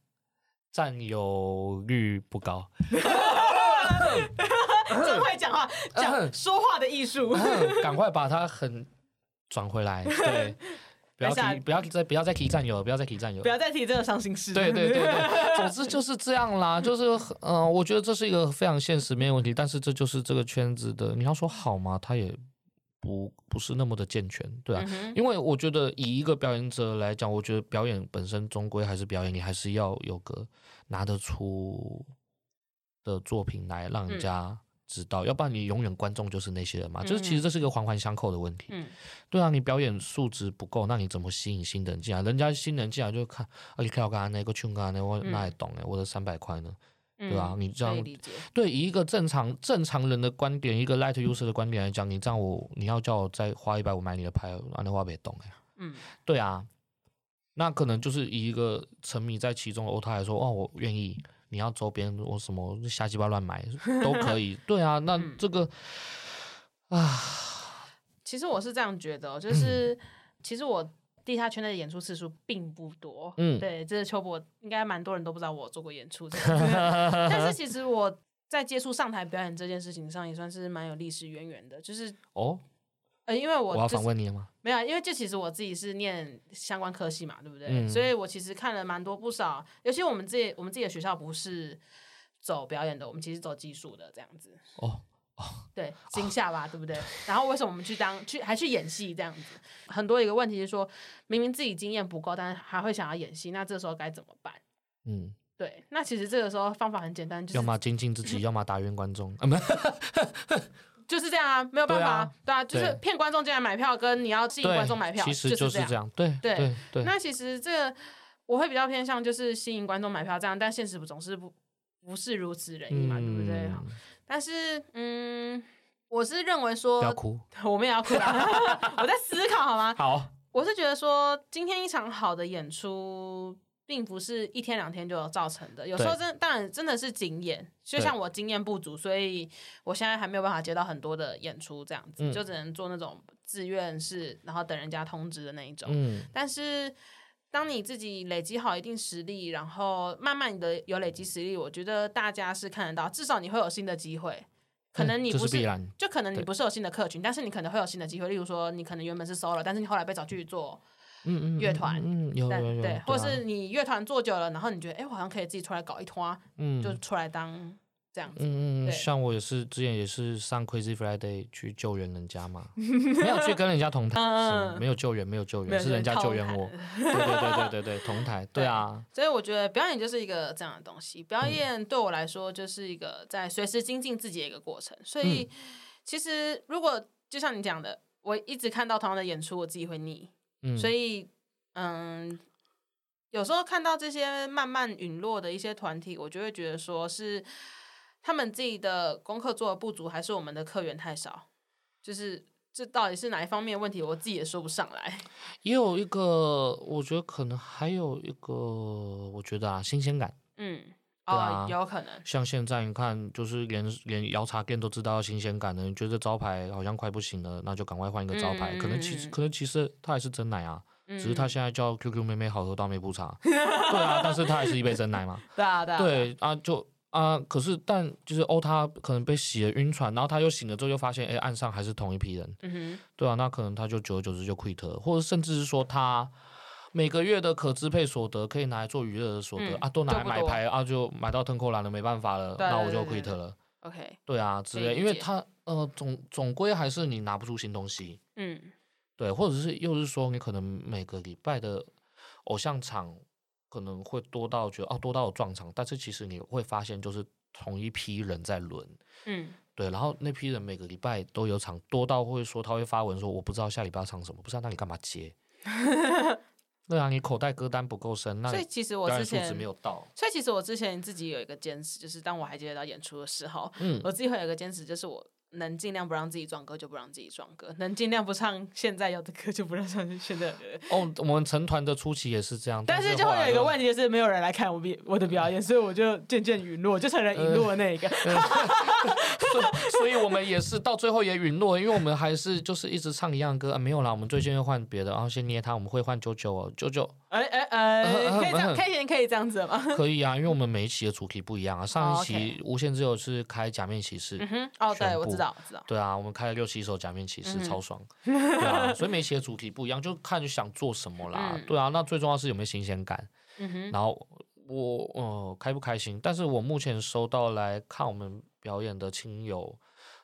C: 占有率不 高。
A: 真会讲话，讲
C: 嗯
A: 说话的艺术。
C: 赶快把它很转回来， 对，不要
A: 没事啊
C: 提，不要再不要再提战友了，不要再提战友
A: 不
C: 了。
A: 要再提这个伤心事。
C: 对对对对，总之就是这样啦，就是嗯、呃我觉得这是一个非常现实面的问题，但是这就是这个圈子的，你要说好吗？它也不不是那么的健全，对啊，
A: 嗯哼，
C: 因为我觉得以一个表演者来讲，我觉得表演本身终归还是表演，你还是要有个拿得出的作品来让
A: 嗯
C: 人家知道，要不然你永远观众就是那些人嘛。就是其实这是一个环环相扣的问题。
A: 嗯
C: 对啊，你表演素质不够，那你怎么吸引新人进来？人家新人进来就看，啊，你看我刚刚那个群刚刚那我
A: 嗯
C: 哪里懂哎，我的三百块呢？
A: 嗯
C: 对啊你这样
A: 可以理解。
C: 对，以一个正常正常人的观点，一个 light user 的观点来讲，你这样我你要叫我再花一百五买你的牌，那我也懂哎。
A: 嗯
C: 对啊，那可能就是以一个沉迷在其中的欧他来说，哦，我愿意，你要周边我什么瞎鸡巴乱买都可 以。对啊，那
A: 嗯
C: 这个
A: 其实我是这样觉得哦，
C: 嗯
A: 就是其实我地下圈的演出次数并不多。
C: 嗯
A: 对，这是秋博，应该蛮多人都不知道我有做过演出这样子 但是其实我在接触上台表演这件事情上，也算是蛮有历史渊源的。就是
C: 哦，
A: 呃，因为我
C: 我要
A: 就是
C: 访问你了吗？
A: 没有啊，因为这其实我自己是念相关科系嘛，对不对？
C: 嗯
A: 所以我其实看了蛮多不少，尤其我们自己我们自己的学校不是走表演的，我们其实走技术的这样子。
C: 哦，
A: 对，惊吓吧，对不对？ 然后为什么我们去当去还去演戏这样子？很多一个问题是说，明明自己经验不够，但是还会想要演戏，那这时候该怎么办？
C: 嗯，
A: 对，那其实这个时候方法很简单，就
C: 要
A: 是
C: 么精进自己，要么打晕观众 啊，没有
A: 就是这样啊，没有办法啊，对啊，就是
C: 对
A: 骗观众进来买票，跟你要吸引
C: 对
A: 观众买票，
C: 其实
A: 就
C: 就是
A: 这样
C: 这。样，对
A: 对
C: 对对，
A: 那其实这个我会比较偏向就是吸引观众买票这样，但现实不总是不不是如此人意嘛，对不对？啊
C: 嗯
A: 但是嗯，我是认为说
C: 不要，哭，
A: 我们也要哭啦， 我在思考好吗？
C: 好，
A: 我是觉得说，今天一场好的演出，并不是一天两天就造成的，有时候真当然真的是经验，就像我经验不足，所以我现在还没有办法接到很多的演出，这样子、
C: 嗯
A: 就只能做那种自愿式，然后等人家通知的那一种。
C: 嗯
A: 但是当你自己累积好一定实力，然后慢慢的有累积实力，我觉得大家是看得到，至少你会有新的机会。可能你
C: 嗯这
A: 不
C: 是必然
A: 就可能你
C: 对
A: 不是有新的客群，但是你可能会有新的机会，例如说你可能原本是 solo，但是你后来被找去做，
C: 嗯嗯，
A: 乐团
C: 嗯，嗯有
A: 但
C: 有有，
A: 对，或者
C: 啊
A: 是你乐团做久了，然后你觉得哎、诶我好像可以自己出来搞一拖啊，
C: 嗯
A: 就出来当这样子。
C: 嗯嗯嗯，
A: 对
C: 像我也是之前也是上 Crazy Friday 去救援人家嘛，没有去跟人家 同台，
A: 嗯
C: 是没有救援，没有救
A: 没
C: 援，
A: 有
C: 是人家
A: 就是
C: 救援 我。对对对对对对，同台，对啊，
A: 所以我觉得表演就是一个这样的东西。表
C: 嗯
A: 演对我来说就是一个在随时精进自己的一个过程。所以
C: 嗯
A: 其实如果就像你讲的，我一直看到同样的演出，我自己会腻。
C: 嗯，
A: 所以嗯，有时候看到这些慢慢陨落的一些团体，我就会觉得说是他们自己的功课做的不足，还是我们的客源太少？就是这到底是哪一方面的问题，我自己也说不上来。
C: 也有一个，我觉得可能还有一个，我觉得啊，新鲜感。
A: 嗯，
C: 对
A: 哦，
C: 啊
A: 有可能。
C: 像现在你看，就是连连摇茶店都知道要新鲜感的，你觉得招牌好像快不行了，那就赶快换一个招牌。可能其实，
A: 嗯
C: 可能其实它还是真奶啊，
A: 嗯，
C: 只是它现在叫 QQ 妹妹好喝到妹布茶， 对啊，但是它还是一杯真奶嘛。
A: 对啊，对啊，
C: 对啊，就啊，可是但就是欧他可能被洗了晕船，然后他又醒了之后又发现，哎，岸上还是同一批人，
A: 嗯哼。
C: 对啊，那可能他就久而久之就 quit 了，或者甚至是说他每个月的可支配所得可以拿来做娱乐的所得、
A: 嗯
C: 啊，都拿
A: 就
C: 来
A: 不
C: 买
A: 多
C: 牌啊，就买到腾扣篮了，没办法了，
A: 对
C: 那我
A: 对
C: 就
A: 对
C: quit
A: 对
C: 了，
A: OK，
C: 对啊之
A: 可以
C: 类，
A: 理
C: 因为
A: 解
C: 他呃总总归还是你拿不出新东西，
A: 嗯
C: 对，或者是又是说你可能每个礼拜的偶像场可能会多到觉得哦多到有撞场，但是其实你会发现就是同一批人在轮，
A: 嗯，
C: 对，然后那批人每个礼拜都有场，多到会说他会发文说我不知道下礼拜要唱什么，不知道那你干嘛 接？对啊，你口袋歌单不够深，那
A: 所以
C: 你
A: 其实我
C: 表
A: 之
C: 演素
A: 前
C: 质没有到，
A: 所以其实我之前自己有一个坚持，就是当我还接得到演出的时候，
C: 嗯
A: 我自己会有一个坚持，就是我能尽量不让自己撞歌就不让自己撞歌，能尽量不唱现在有的歌就不让唱现在有的歌。
C: 哦，我们成团的初期也是这样，
A: 但是
C: 是
A: 就
C: 后
A: 会
C: 来
A: 有一个
C: 就
A: 问题，就是没有人来看我表我的表演，所以我就渐渐陨落，就成了陨落的那一个。
C: 呃所以所以我们也是到最后也陨落，因为我们还是就是一直唱一样的歌、啊，没有啦，我们最近会换别的，然后先捏它，我们会换九九哦，九九
A: 哎哎哎，
C: 呃
A: 可以这样，可以可以这样子吗？
C: 可以啊，因为我们每一期的主题不一样啊，上一
A: 哦
C: 期无限自由是开假面骑士。
A: 嗯哼，哦，对，
C: 全部
A: 我知道，我知道。
C: 对啊，我们开了六七首假面骑士，
A: 嗯
C: 超爽。对啊，所以每一期的主题不一样，就看想做什么啦。
A: 嗯
C: 对啊，那最重要是有没有新鲜感。
A: 嗯哼，
C: 然后我呃开不开心，但是我目前收到来看我们表演的亲友，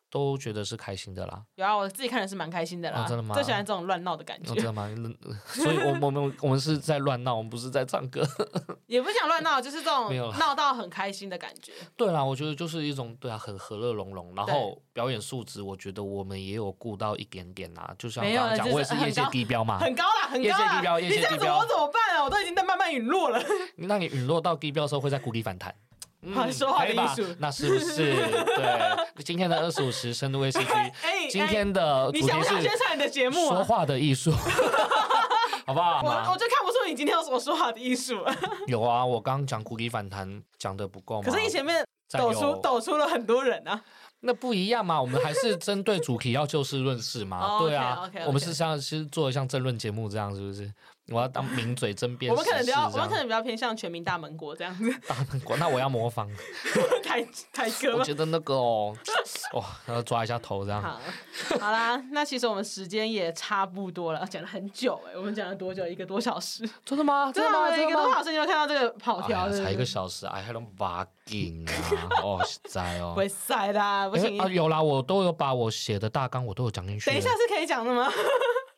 C: 都觉得是开心的啦。
A: 有啊，我自己看的是蛮开心的啦，
C: 哦真的吗
A: 最喜欢这种乱闹的感
C: 哦，
A: 觉
C: 真，的吗？ 所以我们，我们我们是在乱闹，我们不是在唱歌。
A: 也不想乱闹，就是这种
C: 没有啦
A: 闹到很开心的感觉。
C: 对啦，我觉得就是一种对啊，很和乐融融。然后表演素质，我觉觉得我们也有顾到一点点啦。就像
A: 没
C: 刚
A: 有
C: 刚
A: 了
C: 讲，
A: 就是
C: 我也是业界
A: 很高
C: 地标嘛。
A: 很高啦，很
C: 啊业
A: 高
C: 界地
A: 啦！
C: 标业
A: 你
C: 界
A: 这样
C: 地
A: 子
C: 标
A: 我怎么办啊？我都已经在慢慢陨落 了。
C: 那你陨落到地标的时候，会在谷底反弹。
A: 好说话
C: 可
A: 的
C: 以
A: 艺
C: 吧
A: 术？，
C: 那是不是？ 对，今天的二十五时深度威士忌，
A: 哎，
C: 今
A: 哎
C: 天的
A: 你
C: 主
A: 想
C: 题
A: 不想宣
C: 是
A: 传你的节目
C: 说
A: 啊？
C: 话的艺 术，好不好
A: 我我
C: 嘛？
A: 就看不出你今天有什么说话的艺术了。
C: 有啊，我刚刚讲谷底反弹讲的不够嘛。
A: 可是你前面
C: 占
A: 抖
C: 有
A: 出抖出了很多人啊。
C: 那不一样嘛，我们还是针对主题要就事论事嘛，
A: 哦
C: 对啊
A: OK，OK，OK
C: 我们是像是做得像政论节目这样，是不是？我要当名嘴争辩
A: 我
C: 时
A: 们
C: 事
A: 可能比
C: 这
A: 较，
C: 样，
A: 我们可能比较偏向全民大盟国这样 子，
C: 那我要模仿，
A: 台台哥
C: 我
A: 吧。
C: 觉得那个哦，哇、要抓一下头这样，
A: 好，好啦，那其实我们时间也差不多了，讲了很久哎、我们讲了多久？一个多小时，
C: 真的 吗？
A: 真的我们一个多？小时，你有看到这个跑
C: 哎
A: 条
C: 呀，
A: 的、
C: 才一个小时，哎，还能把劲啊！哦，实在哦
A: 不。会塞啦，不行。
C: 哎啊，有啦，我都有把我写的大纲，我都有讲进去。
A: 等一下是可以讲的 吗？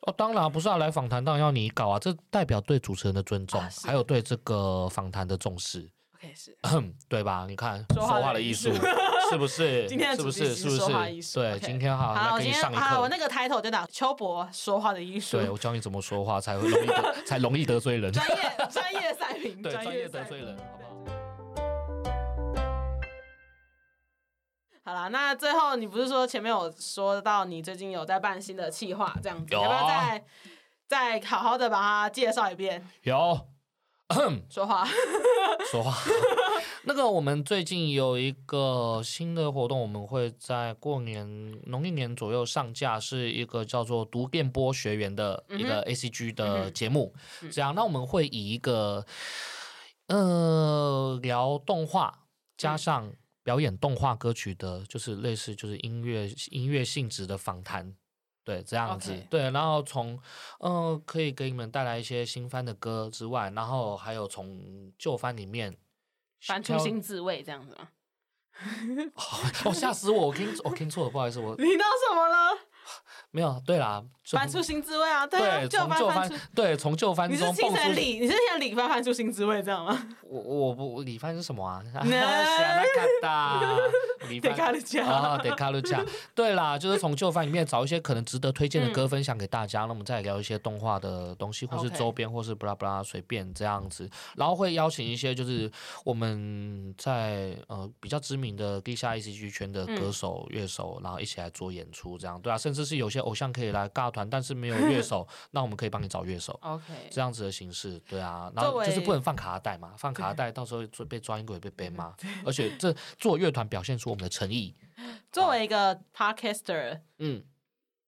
C: 哦，当然不是啊，来访谈当然要你搞啊，这代表对主持人的尊重，
A: 啊是
C: 还有对这个访谈的重视。
A: OK，是。
C: 对吧？你看
A: 说话的艺术
C: 是不 是？
A: 今天的
C: 是不
A: 主题
C: 是？
A: 是
C: 是不是？
A: 说话艺术
C: 对，
A: OK
C: 今天好，
A: 好，
C: 来
A: 我
C: 给
A: 今
C: 你
A: 天
C: 上一
A: 好，我
C: 课
A: 那。个 title 就打秋博说话的艺术，
C: 对，我教你怎么说话才会容易得才容易得罪 人。
A: 专业专业赛评，
C: 对，专业
A: 赛
C: 得
A: 评
C: 罪人，好不好？
A: 好啦，那最后你不是说前面有说到你最近有在办新的企划这样子，
C: 有
A: 要不要再再好好的把它介绍一遍？
C: 有
A: 说话，
C: 说话。那个，我们最近有一个新的活动，我们会在过年农历年左右上架，是一个叫做“读电波学员”的一个 A C G 的节目。这样，那我们会以一个呃聊动画加上。表演动画歌曲的，就是类似就是音乐音乐性质的访谈。对，这样子
A: OK
C: 对，然后从嗯、呃可以给你们带来一些新番的歌之外，然后还有从旧番里面
A: 反出
C: 挑
A: 新滋味这样子吗？
C: 哦，吓死我！我听我听错了，不好意思，我
A: 你到什么了？
C: 没有。对啦，从
A: 翻出新滋味啊！对啊，
C: 对
A: 就
C: 从
A: 翻
C: 旧
A: 翻出
C: 番，对从旧番
A: 你是
C: 中
A: 听
C: 蹦
A: 成
C: 出。
A: 李，你是听成李帆翻出新滋味，这样吗？
C: 我我不李帆是什 么啊？
A: 那
C: 想卡达，李
A: 对，卡
C: 帆
A: 路加，
C: 啊，对卡路加。对啦，就是从旧番里面找一些可能值得推荐的歌分享给大家，那我们再聊一些动画的东西，或是
A: OK
C: 周边，或是布拉布拉，随便这样子。然后会邀请一些就是我们在呃比较知名的地下 ECG 圈的歌手、乐手，然后一起来做演出，这样对啊，甚至是有些偶像可以来尬团，但是没有乐手，那我们可以帮你找乐手。
A: OK，
C: 这样子的形式，对啊，然后
A: 作
C: 就是不
A: 为
C: 能放卡带嘛，放卡带到时候就被抓音轨被被骂，而且这做乐团表现出我们的诚意，
A: 作为一个 podcaster
C: 嗯，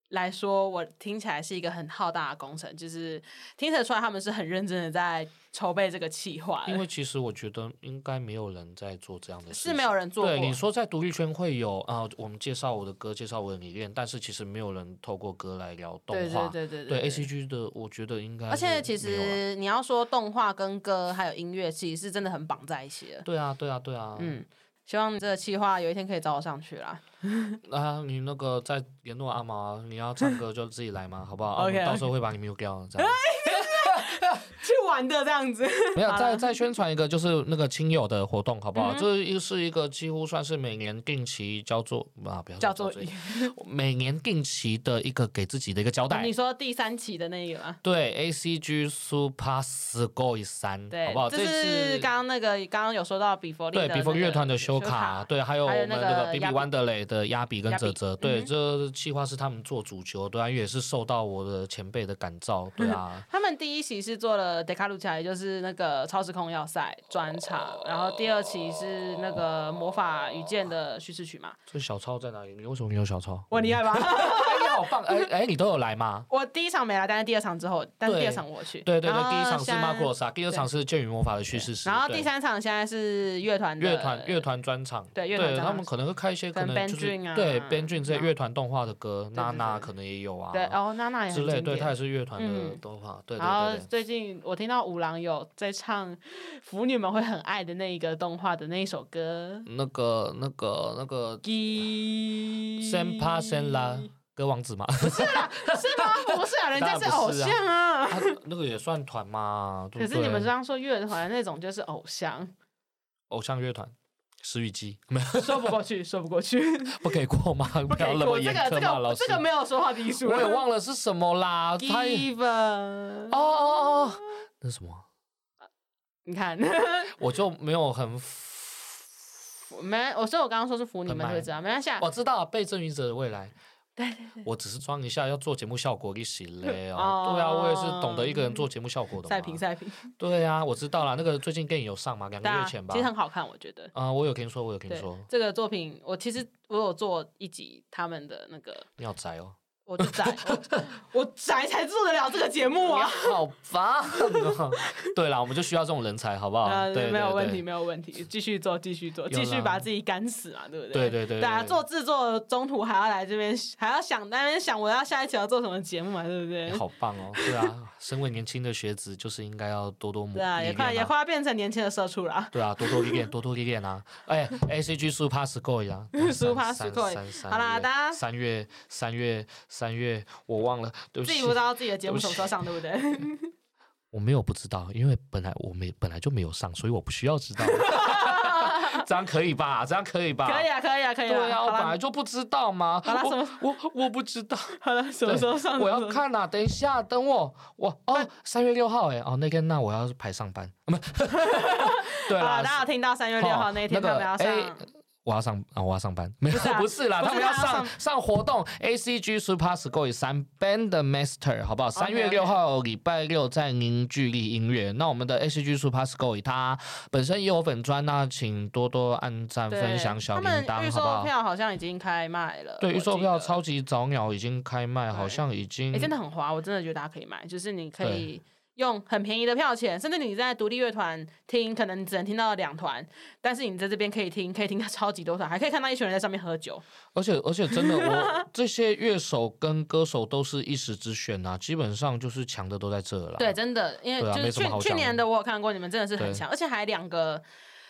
A: 来说，我听起来是一个很浩大的工程，就是听得出来他们是很认真的在筹备这个企划的，
C: 因为其实我觉得应该没有人在做这样的事情，
A: 是没有人做过。
C: 对你说在独立圈会有啊、我们介绍我的歌，介绍我的理念，但是其实没有人透过歌来聊动
A: 对
C: 画，
A: 对对对
C: 对 A C G 的，我觉得应该
A: 而且
C: 是
A: 其
C: 没有啊啦
A: 实你要说动画跟歌还有音乐，其实是真的很绑在一起的。
C: 对啊对啊对啊，
A: 嗯，希望这个企划有一天可以找我上去 啦。
C: 啊，你那个再联络阿毛啊，你要唱歌就自己来嘛，好不好啊
A: OK，
C: 我们到时候会把你 mute 掉，啊这样。
A: 去玩的这样子，
C: 没有，再再宣传一个，就是那个亲友的活动，好不
A: 嗯
C: 好？这一是一个几乎算是每年定期叫做啊，不要说
A: 叫做
C: 交作每年定期的一个给自己的一个交代
A: 你。说第三期的那个吗？
C: 对，A C G Super Score 三，
A: 对，
C: 好不好？
A: 这
C: 这
A: 是
C: 次
A: 刚刚那个刚刚有说到比佛利
C: 对比佛乐团的
A: 修
C: 修卡，，对，还有我
A: 还有
C: 们
A: 那
C: 那
A: 个
C: 个比比
A: 亚比
C: 湾德雷的亚比跟
A: 亚比。
C: 哲哲，对，这计划是他们做主球，对啊，也是受到我的前辈的感召，对啊
A: 他们第一期是做了 d e c a l u c a 也就是那个超时空要塞专场，然后第二期是那个魔法与剑的叙事曲嘛，
C: 这小超在哪里？你为什么没有小超？
A: 我很厉害吧？
C: 哎，你好棒！哎哎，你都有来吗？
A: 我第一场没来，但是第二场之后，但是
C: 对
A: 第二场我去，
C: 对对
A: 然
C: 对，
A: 后
C: 第一场是
A: 啊现在
C: Marco Rosa，第二场是《剑与魔法》的叙事师，
A: 然后
C: 对
A: 第三场现在是乐团的
C: 乐团乐团专场，
A: 对乐团专场
C: 他们可能会开一些可
A: 跟
C: 能就是
A: Benjun 啊
C: 对 Benjun 这些
A: 然后
C: 乐团动画的歌，娜
A: 对
C: 娜
A: 对
C: 可能也有啊，
A: 对，哦，娜娜也
C: 之
A: 很
C: 类，
A: 经
C: 对，他
A: 典。
C: 也是乐团的
A: 嗯
C: 动画，对对
A: 然后
C: 对对。
A: 最近我听到五郎有在唱腐女们会很爱的那一个动画的那一首歌，
C: 那个、那个、那个
A: 鸡
C: Sam p a s n 啦，歌王子嘛，
A: 是吗？不是啊，人家是
C: 当然
A: 偶
C: 不是啊
A: 像 啊。
C: 啊那个也算团 嘛，对
A: 可
C: 不
A: 是你们
C: 嗯对
A: 刚刚说乐团那种就是偶 像，
C: 偶像乐团，石宇基， 没有
A: 说不过去，说不过去，
C: 不可以过吗？ 不
A: 给
C: 要那么
A: 过这
C: 严
A: 个这
C: 苛嘛，老
A: 个
C: 师
A: 这。个没有说话艺术。
C: 我也 忘了是什么啦，他也
A: Give，a-
C: 哦哦哦，那什么啊，
A: 你看，
C: 我就没有很
A: 我没，我说我刚刚说是腐女
C: 很
A: 们
C: 慢
A: 会知道，没关系啊。
C: 我哦知道被赠予者的未 来。对对对，我只是装一下，要做节目效果一起 嘞哦。对啊，我也是懂得一个人做节目效果的嘛。
A: 赛评赛评，
C: 对啊，我知道啦。那个最近电影有上嘛？两个
A: 对啊
C: 月前吧
A: 其。实很好看，我觉得。
C: 啊，我有听说，我有听
A: 对
C: 说，
A: 这个作品，我其实我有做一集他们的那个，
C: 你好宅 哦。
A: 我就 宅，我我宅才做得了这个节目啊。
C: 好棒哦！ 对啦，我们就需要这种人才，好不好？
A: 呃，
C: 啊对，
A: 没有
C: 对
A: 问
C: 对
A: 题，没有问题，继续做，继续做，
C: 有啦
A: 继续把自己干死嘛，对不对？
C: 对对对
A: 对啊，
C: 对
A: 做制作中途还要来这边，还要想那边想我要下一期要做什么节目嘛，对不
C: 你
A: 对？
C: 好棒哦！对啊，身为年轻的学子，就是应该要多多磨
A: 对啊，
C: 历
A: 也快
C: 练
A: 也
C: 啊
A: 快要变成年轻的社畜了啊。
C: 对啊，多多历练，多多历练啊！哎，A C G Super Score 啊
A: Super
C: 三
A: Score
C: 三三
A: 好啦
C: 月
A: 大家
C: 三月三月三月，我忘了，对不啊
A: 自
C: 起
A: 己不，知道自己的节目什么时候上，对不 对？
C: 我没有不知道，因为本来我没本来就没有上，所以我不需要 知道。这样可以吧？这样可以吧？
A: 可以啊，可以啊，可以啊。
C: 对啊，
A: 好
C: 我本
A: 啦
C: 来，就不知道嘛。
A: 好啦什
C: 我
A: 么
C: 我我不知道，
A: 好了， 什么
C: 对
A: 时候上？
C: 我
A: 什么
C: 要
A: 时候上
C: 看啊！等一下，等我，我哦，三月六号哎，哦那天那我要排上班， 啊不对
A: 好啦，
C: 啦，
A: 啊大家有听到三月六号那一天
C: 哦
A: 他们要
C: 那个
A: 上
C: 哎。我要上啊，我要上班，没 有
A: 不是啊
C: 不是啦，
A: 不是
C: 他们要
A: 他要
C: 上上活动，A C G Super Score 三 Band Master 好不好？三
A: 哦
C: 月六号礼拜六在凝聚力音乐，那我们的 A C G Super Score 它本身也有粉砖，那请多多按赞
A: 对
C: 分享
A: 他
C: 小铃
A: 们
C: 铛，
A: 预
C: 好
A: 售
C: 不好？
A: 票好像已经开卖了，
C: 对，
A: 我
C: 预售
A: 记
C: 票
A: 得
C: 超级早鸟已经开卖，好像已经嗯
A: 哎、真的很划，我真的觉得大家可以买，就是你可以用很便宜的票钱，甚至你在独立乐团听，可能你只能听到两团，但是你在这边可以听，可以听到超级多团，还可以看到一群人在上面喝酒。
C: 而且而且真 的，我这些乐手跟歌手都是一时之选啊，基本上就是强的都在这了啦。
A: 对，真的，因为
C: 对啊
A: 就
C: 没
A: 是
C: 什么
A: 去、
C: 好
A: 去
C: 讲
A: 年
C: 的
A: 的我有看过，你们真的是很
C: 对
A: 强，而且还两个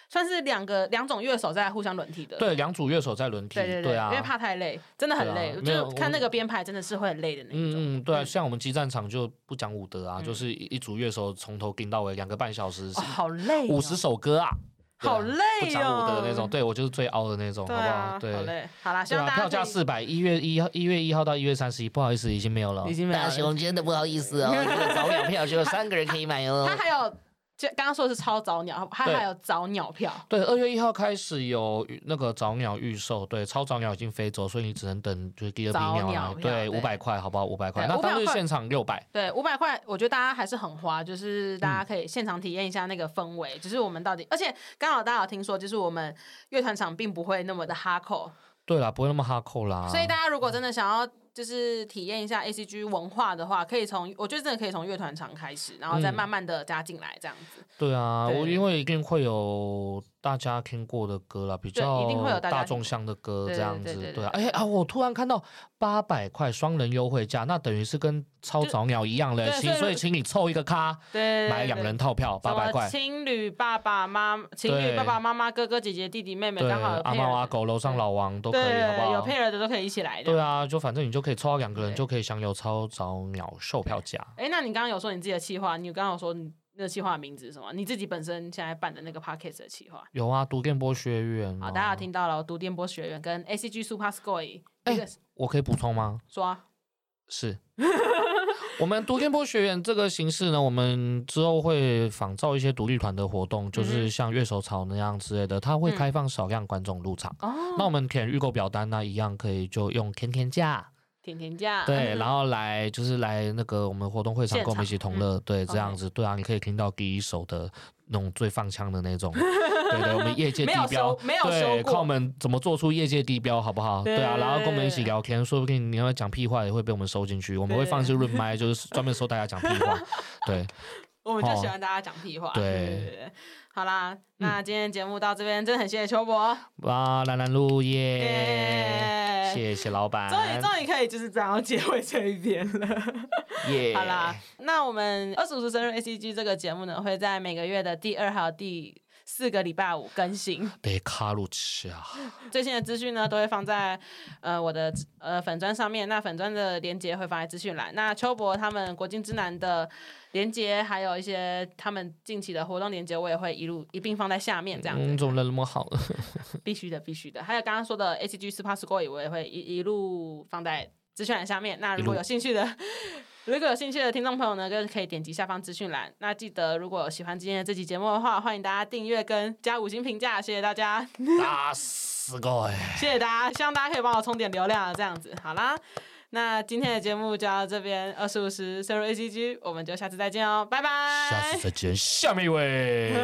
A: 算是两个两种乐手在互相轮替的。
C: 对，两组乐手在轮替，
A: 对对
C: 对啊，
A: 因为怕太累，真的很
C: 对啊
A: 累，
C: 没有
A: 就看那个编排真的是会很累的那一种。嗯
C: 嗯嗯，对啊，像我们激战场就不讲武德啊，就是一一组乐手从头顶到尾两个半小时，
A: 哦好累、
C: 五十、首歌啊，对啊
A: 好累
C: 不讲武德的那种，
A: 哦
C: 对我就是最凹的那种，
A: 对
C: 好不好
A: 啊？，
C: 对
A: 好。累。好啦，希
C: 对
A: 望
C: 啊，
A: 大家
C: 票价
A: 可以
C: 四百，一月一号，一月一号到一月三十一，不好意思，已经没有了。
A: 已经没有了
C: 大熊真的不好意思哦，这个早鸟票只有三个人可以买哦
A: 它。还有，就刚刚说的是超早鸟，它
C: 对
A: 还有早鸟票。
C: 对，二月一号开始有预那个早鸟预售，对，超早鸟已经飞走，所以你只能等就是第二批
A: 早
C: 鸟
A: 鸟票
C: 来，对，
A: 对
C: 五百块，好不好？五百块，
A: 对
C: 那
A: 500
C: 当日
A: 块
C: 现场六百，
A: 对，五百块，我觉得大家还是很花，就是大家可以现场体验一下那个氛围。就是我们到底，而且刚好大家有听说，就是我们乐团场并不会那么的哈扣，
C: 对啦，不会那么哈扣啦。
A: 所以大家如果真的想要就是体验一下 A C G 文化的话，可以从我觉得真的可以从乐团场开始，然后再
C: 嗯
A: 慢慢的加进来这样子。
C: 对啊，
A: 对
C: 我因为一定会有大家听过的歌啦，比
A: 对
C: 较
A: 一定会有大家
C: 大众向的歌
A: 对
C: 这样
A: 对
C: 子
A: 对对，
C: 对啊。
A: 对
C: 哎啊，我突然看到八百块双人优惠价，那等于是跟超早鸟一样了，
A: 对
C: 请
A: 所以
C: 所以请你凑一个咖，
A: 对，
C: 买两人套票八
A: 什
C: 百
A: 么
C: 块，
A: 情侣爸爸妈情侣
C: 对
A: 爸爸妈妈哥哥姐姐弟弟妹妹
C: 对，
A: 刚好有
C: 阿
A: 配
C: 猫
A: 偶
C: 阿
A: 的
C: 狗、楼上老王都可以，好不
A: 对
C: 好？
A: 有配合的都可以一起来的。
C: 对啊，就反正你就可以抽到两个人，
A: 对
C: 就可以享有超早鸟售票价。
A: 哎，那你刚刚有说你自己的企划，你刚刚有说你那个企划的名字是什么？你自己本身现在办的那个 podcast 的企划。
C: 有啊，读电波学院、啊
A: 好，大家有。听到了，我读电波学院跟 ACG Super Scoy
C: 哎
A: 一个
C: 我可以补充吗？
A: 说啊
C: 是。我们读电波学院这个形式呢，我们之后会仿照一些独立团的活动，
A: 嗯
C: 就是
A: 哼
C: 像乐手潮那样之类的，它会
A: 嗯
C: 开放少量观众入场。
A: 哦，
C: 那我们填预购表单啊呢，一样可以就用甜甜价，
A: 甜甜价
C: 对，
A: 嗯
C: 然后来就是来那个我们活动会场
A: 现
C: 跟我们一
A: 场嗯
C: 起同乐，对，这样
A: OK
C: 子，对啊，你可以听到第一手的那种最放枪的 那种，对对，我们业界
A: 没
C: 地
A: 有
C: 标
A: 收，没有
C: 对，
A: 收过
C: 看我们怎么做出业界地标，好不好？对啊，
A: 对
C: 然后跟我们一起
A: 对
C: 聊天，说不定你要讲屁话也会被我们收进去，我们会放一些润麦，就是专门收大家讲屁话， 对，
A: 我们就
C: 哦
A: 喜欢大家讲屁话。
C: 对嗯
A: 对，好啦，那今天节目到这边，真的很谢谢秋博，
C: 哇，兰兰路耶，
A: 耶
C: 谢谢老板，
A: 终于终于可以就是这样结尾这一边 了。
C: 耶，
A: 好啦，那我们二十五岁生日 A C G 这个节目呢，会在每个月的第二还有第四个礼拜五更新。
C: 得卡路奇啊，
A: 最新的资讯呢，都会放在呃我的呃粉砖上面。那粉砖的连接会放在资讯栏。那秋博他们国境之南的连接，还有一些他们近期的活动连接，我也会一路一并放在下面这样子。
C: 嗯，怎么人那 么好？
A: 必须的，必须的。还有刚刚说的 A C G 四 pass score，我也会一一路放在资讯栏下面。那如果有兴趣的， 如果有兴趣的听众朋友呢，就可以点击下方资讯栏。那记得，如果有喜欢今天的这期节目的话，欢迎大家订阅跟加五星评价，谢谢大家，
C: 打死个哎。
A: 谢谢大家，希望大家可以帮我充点流量啊，这样子。好啦，那今天的节目就到这边，二十五十 s e r A C G，我们就下次再见哦，拜拜。
C: 下次再见，下面一位。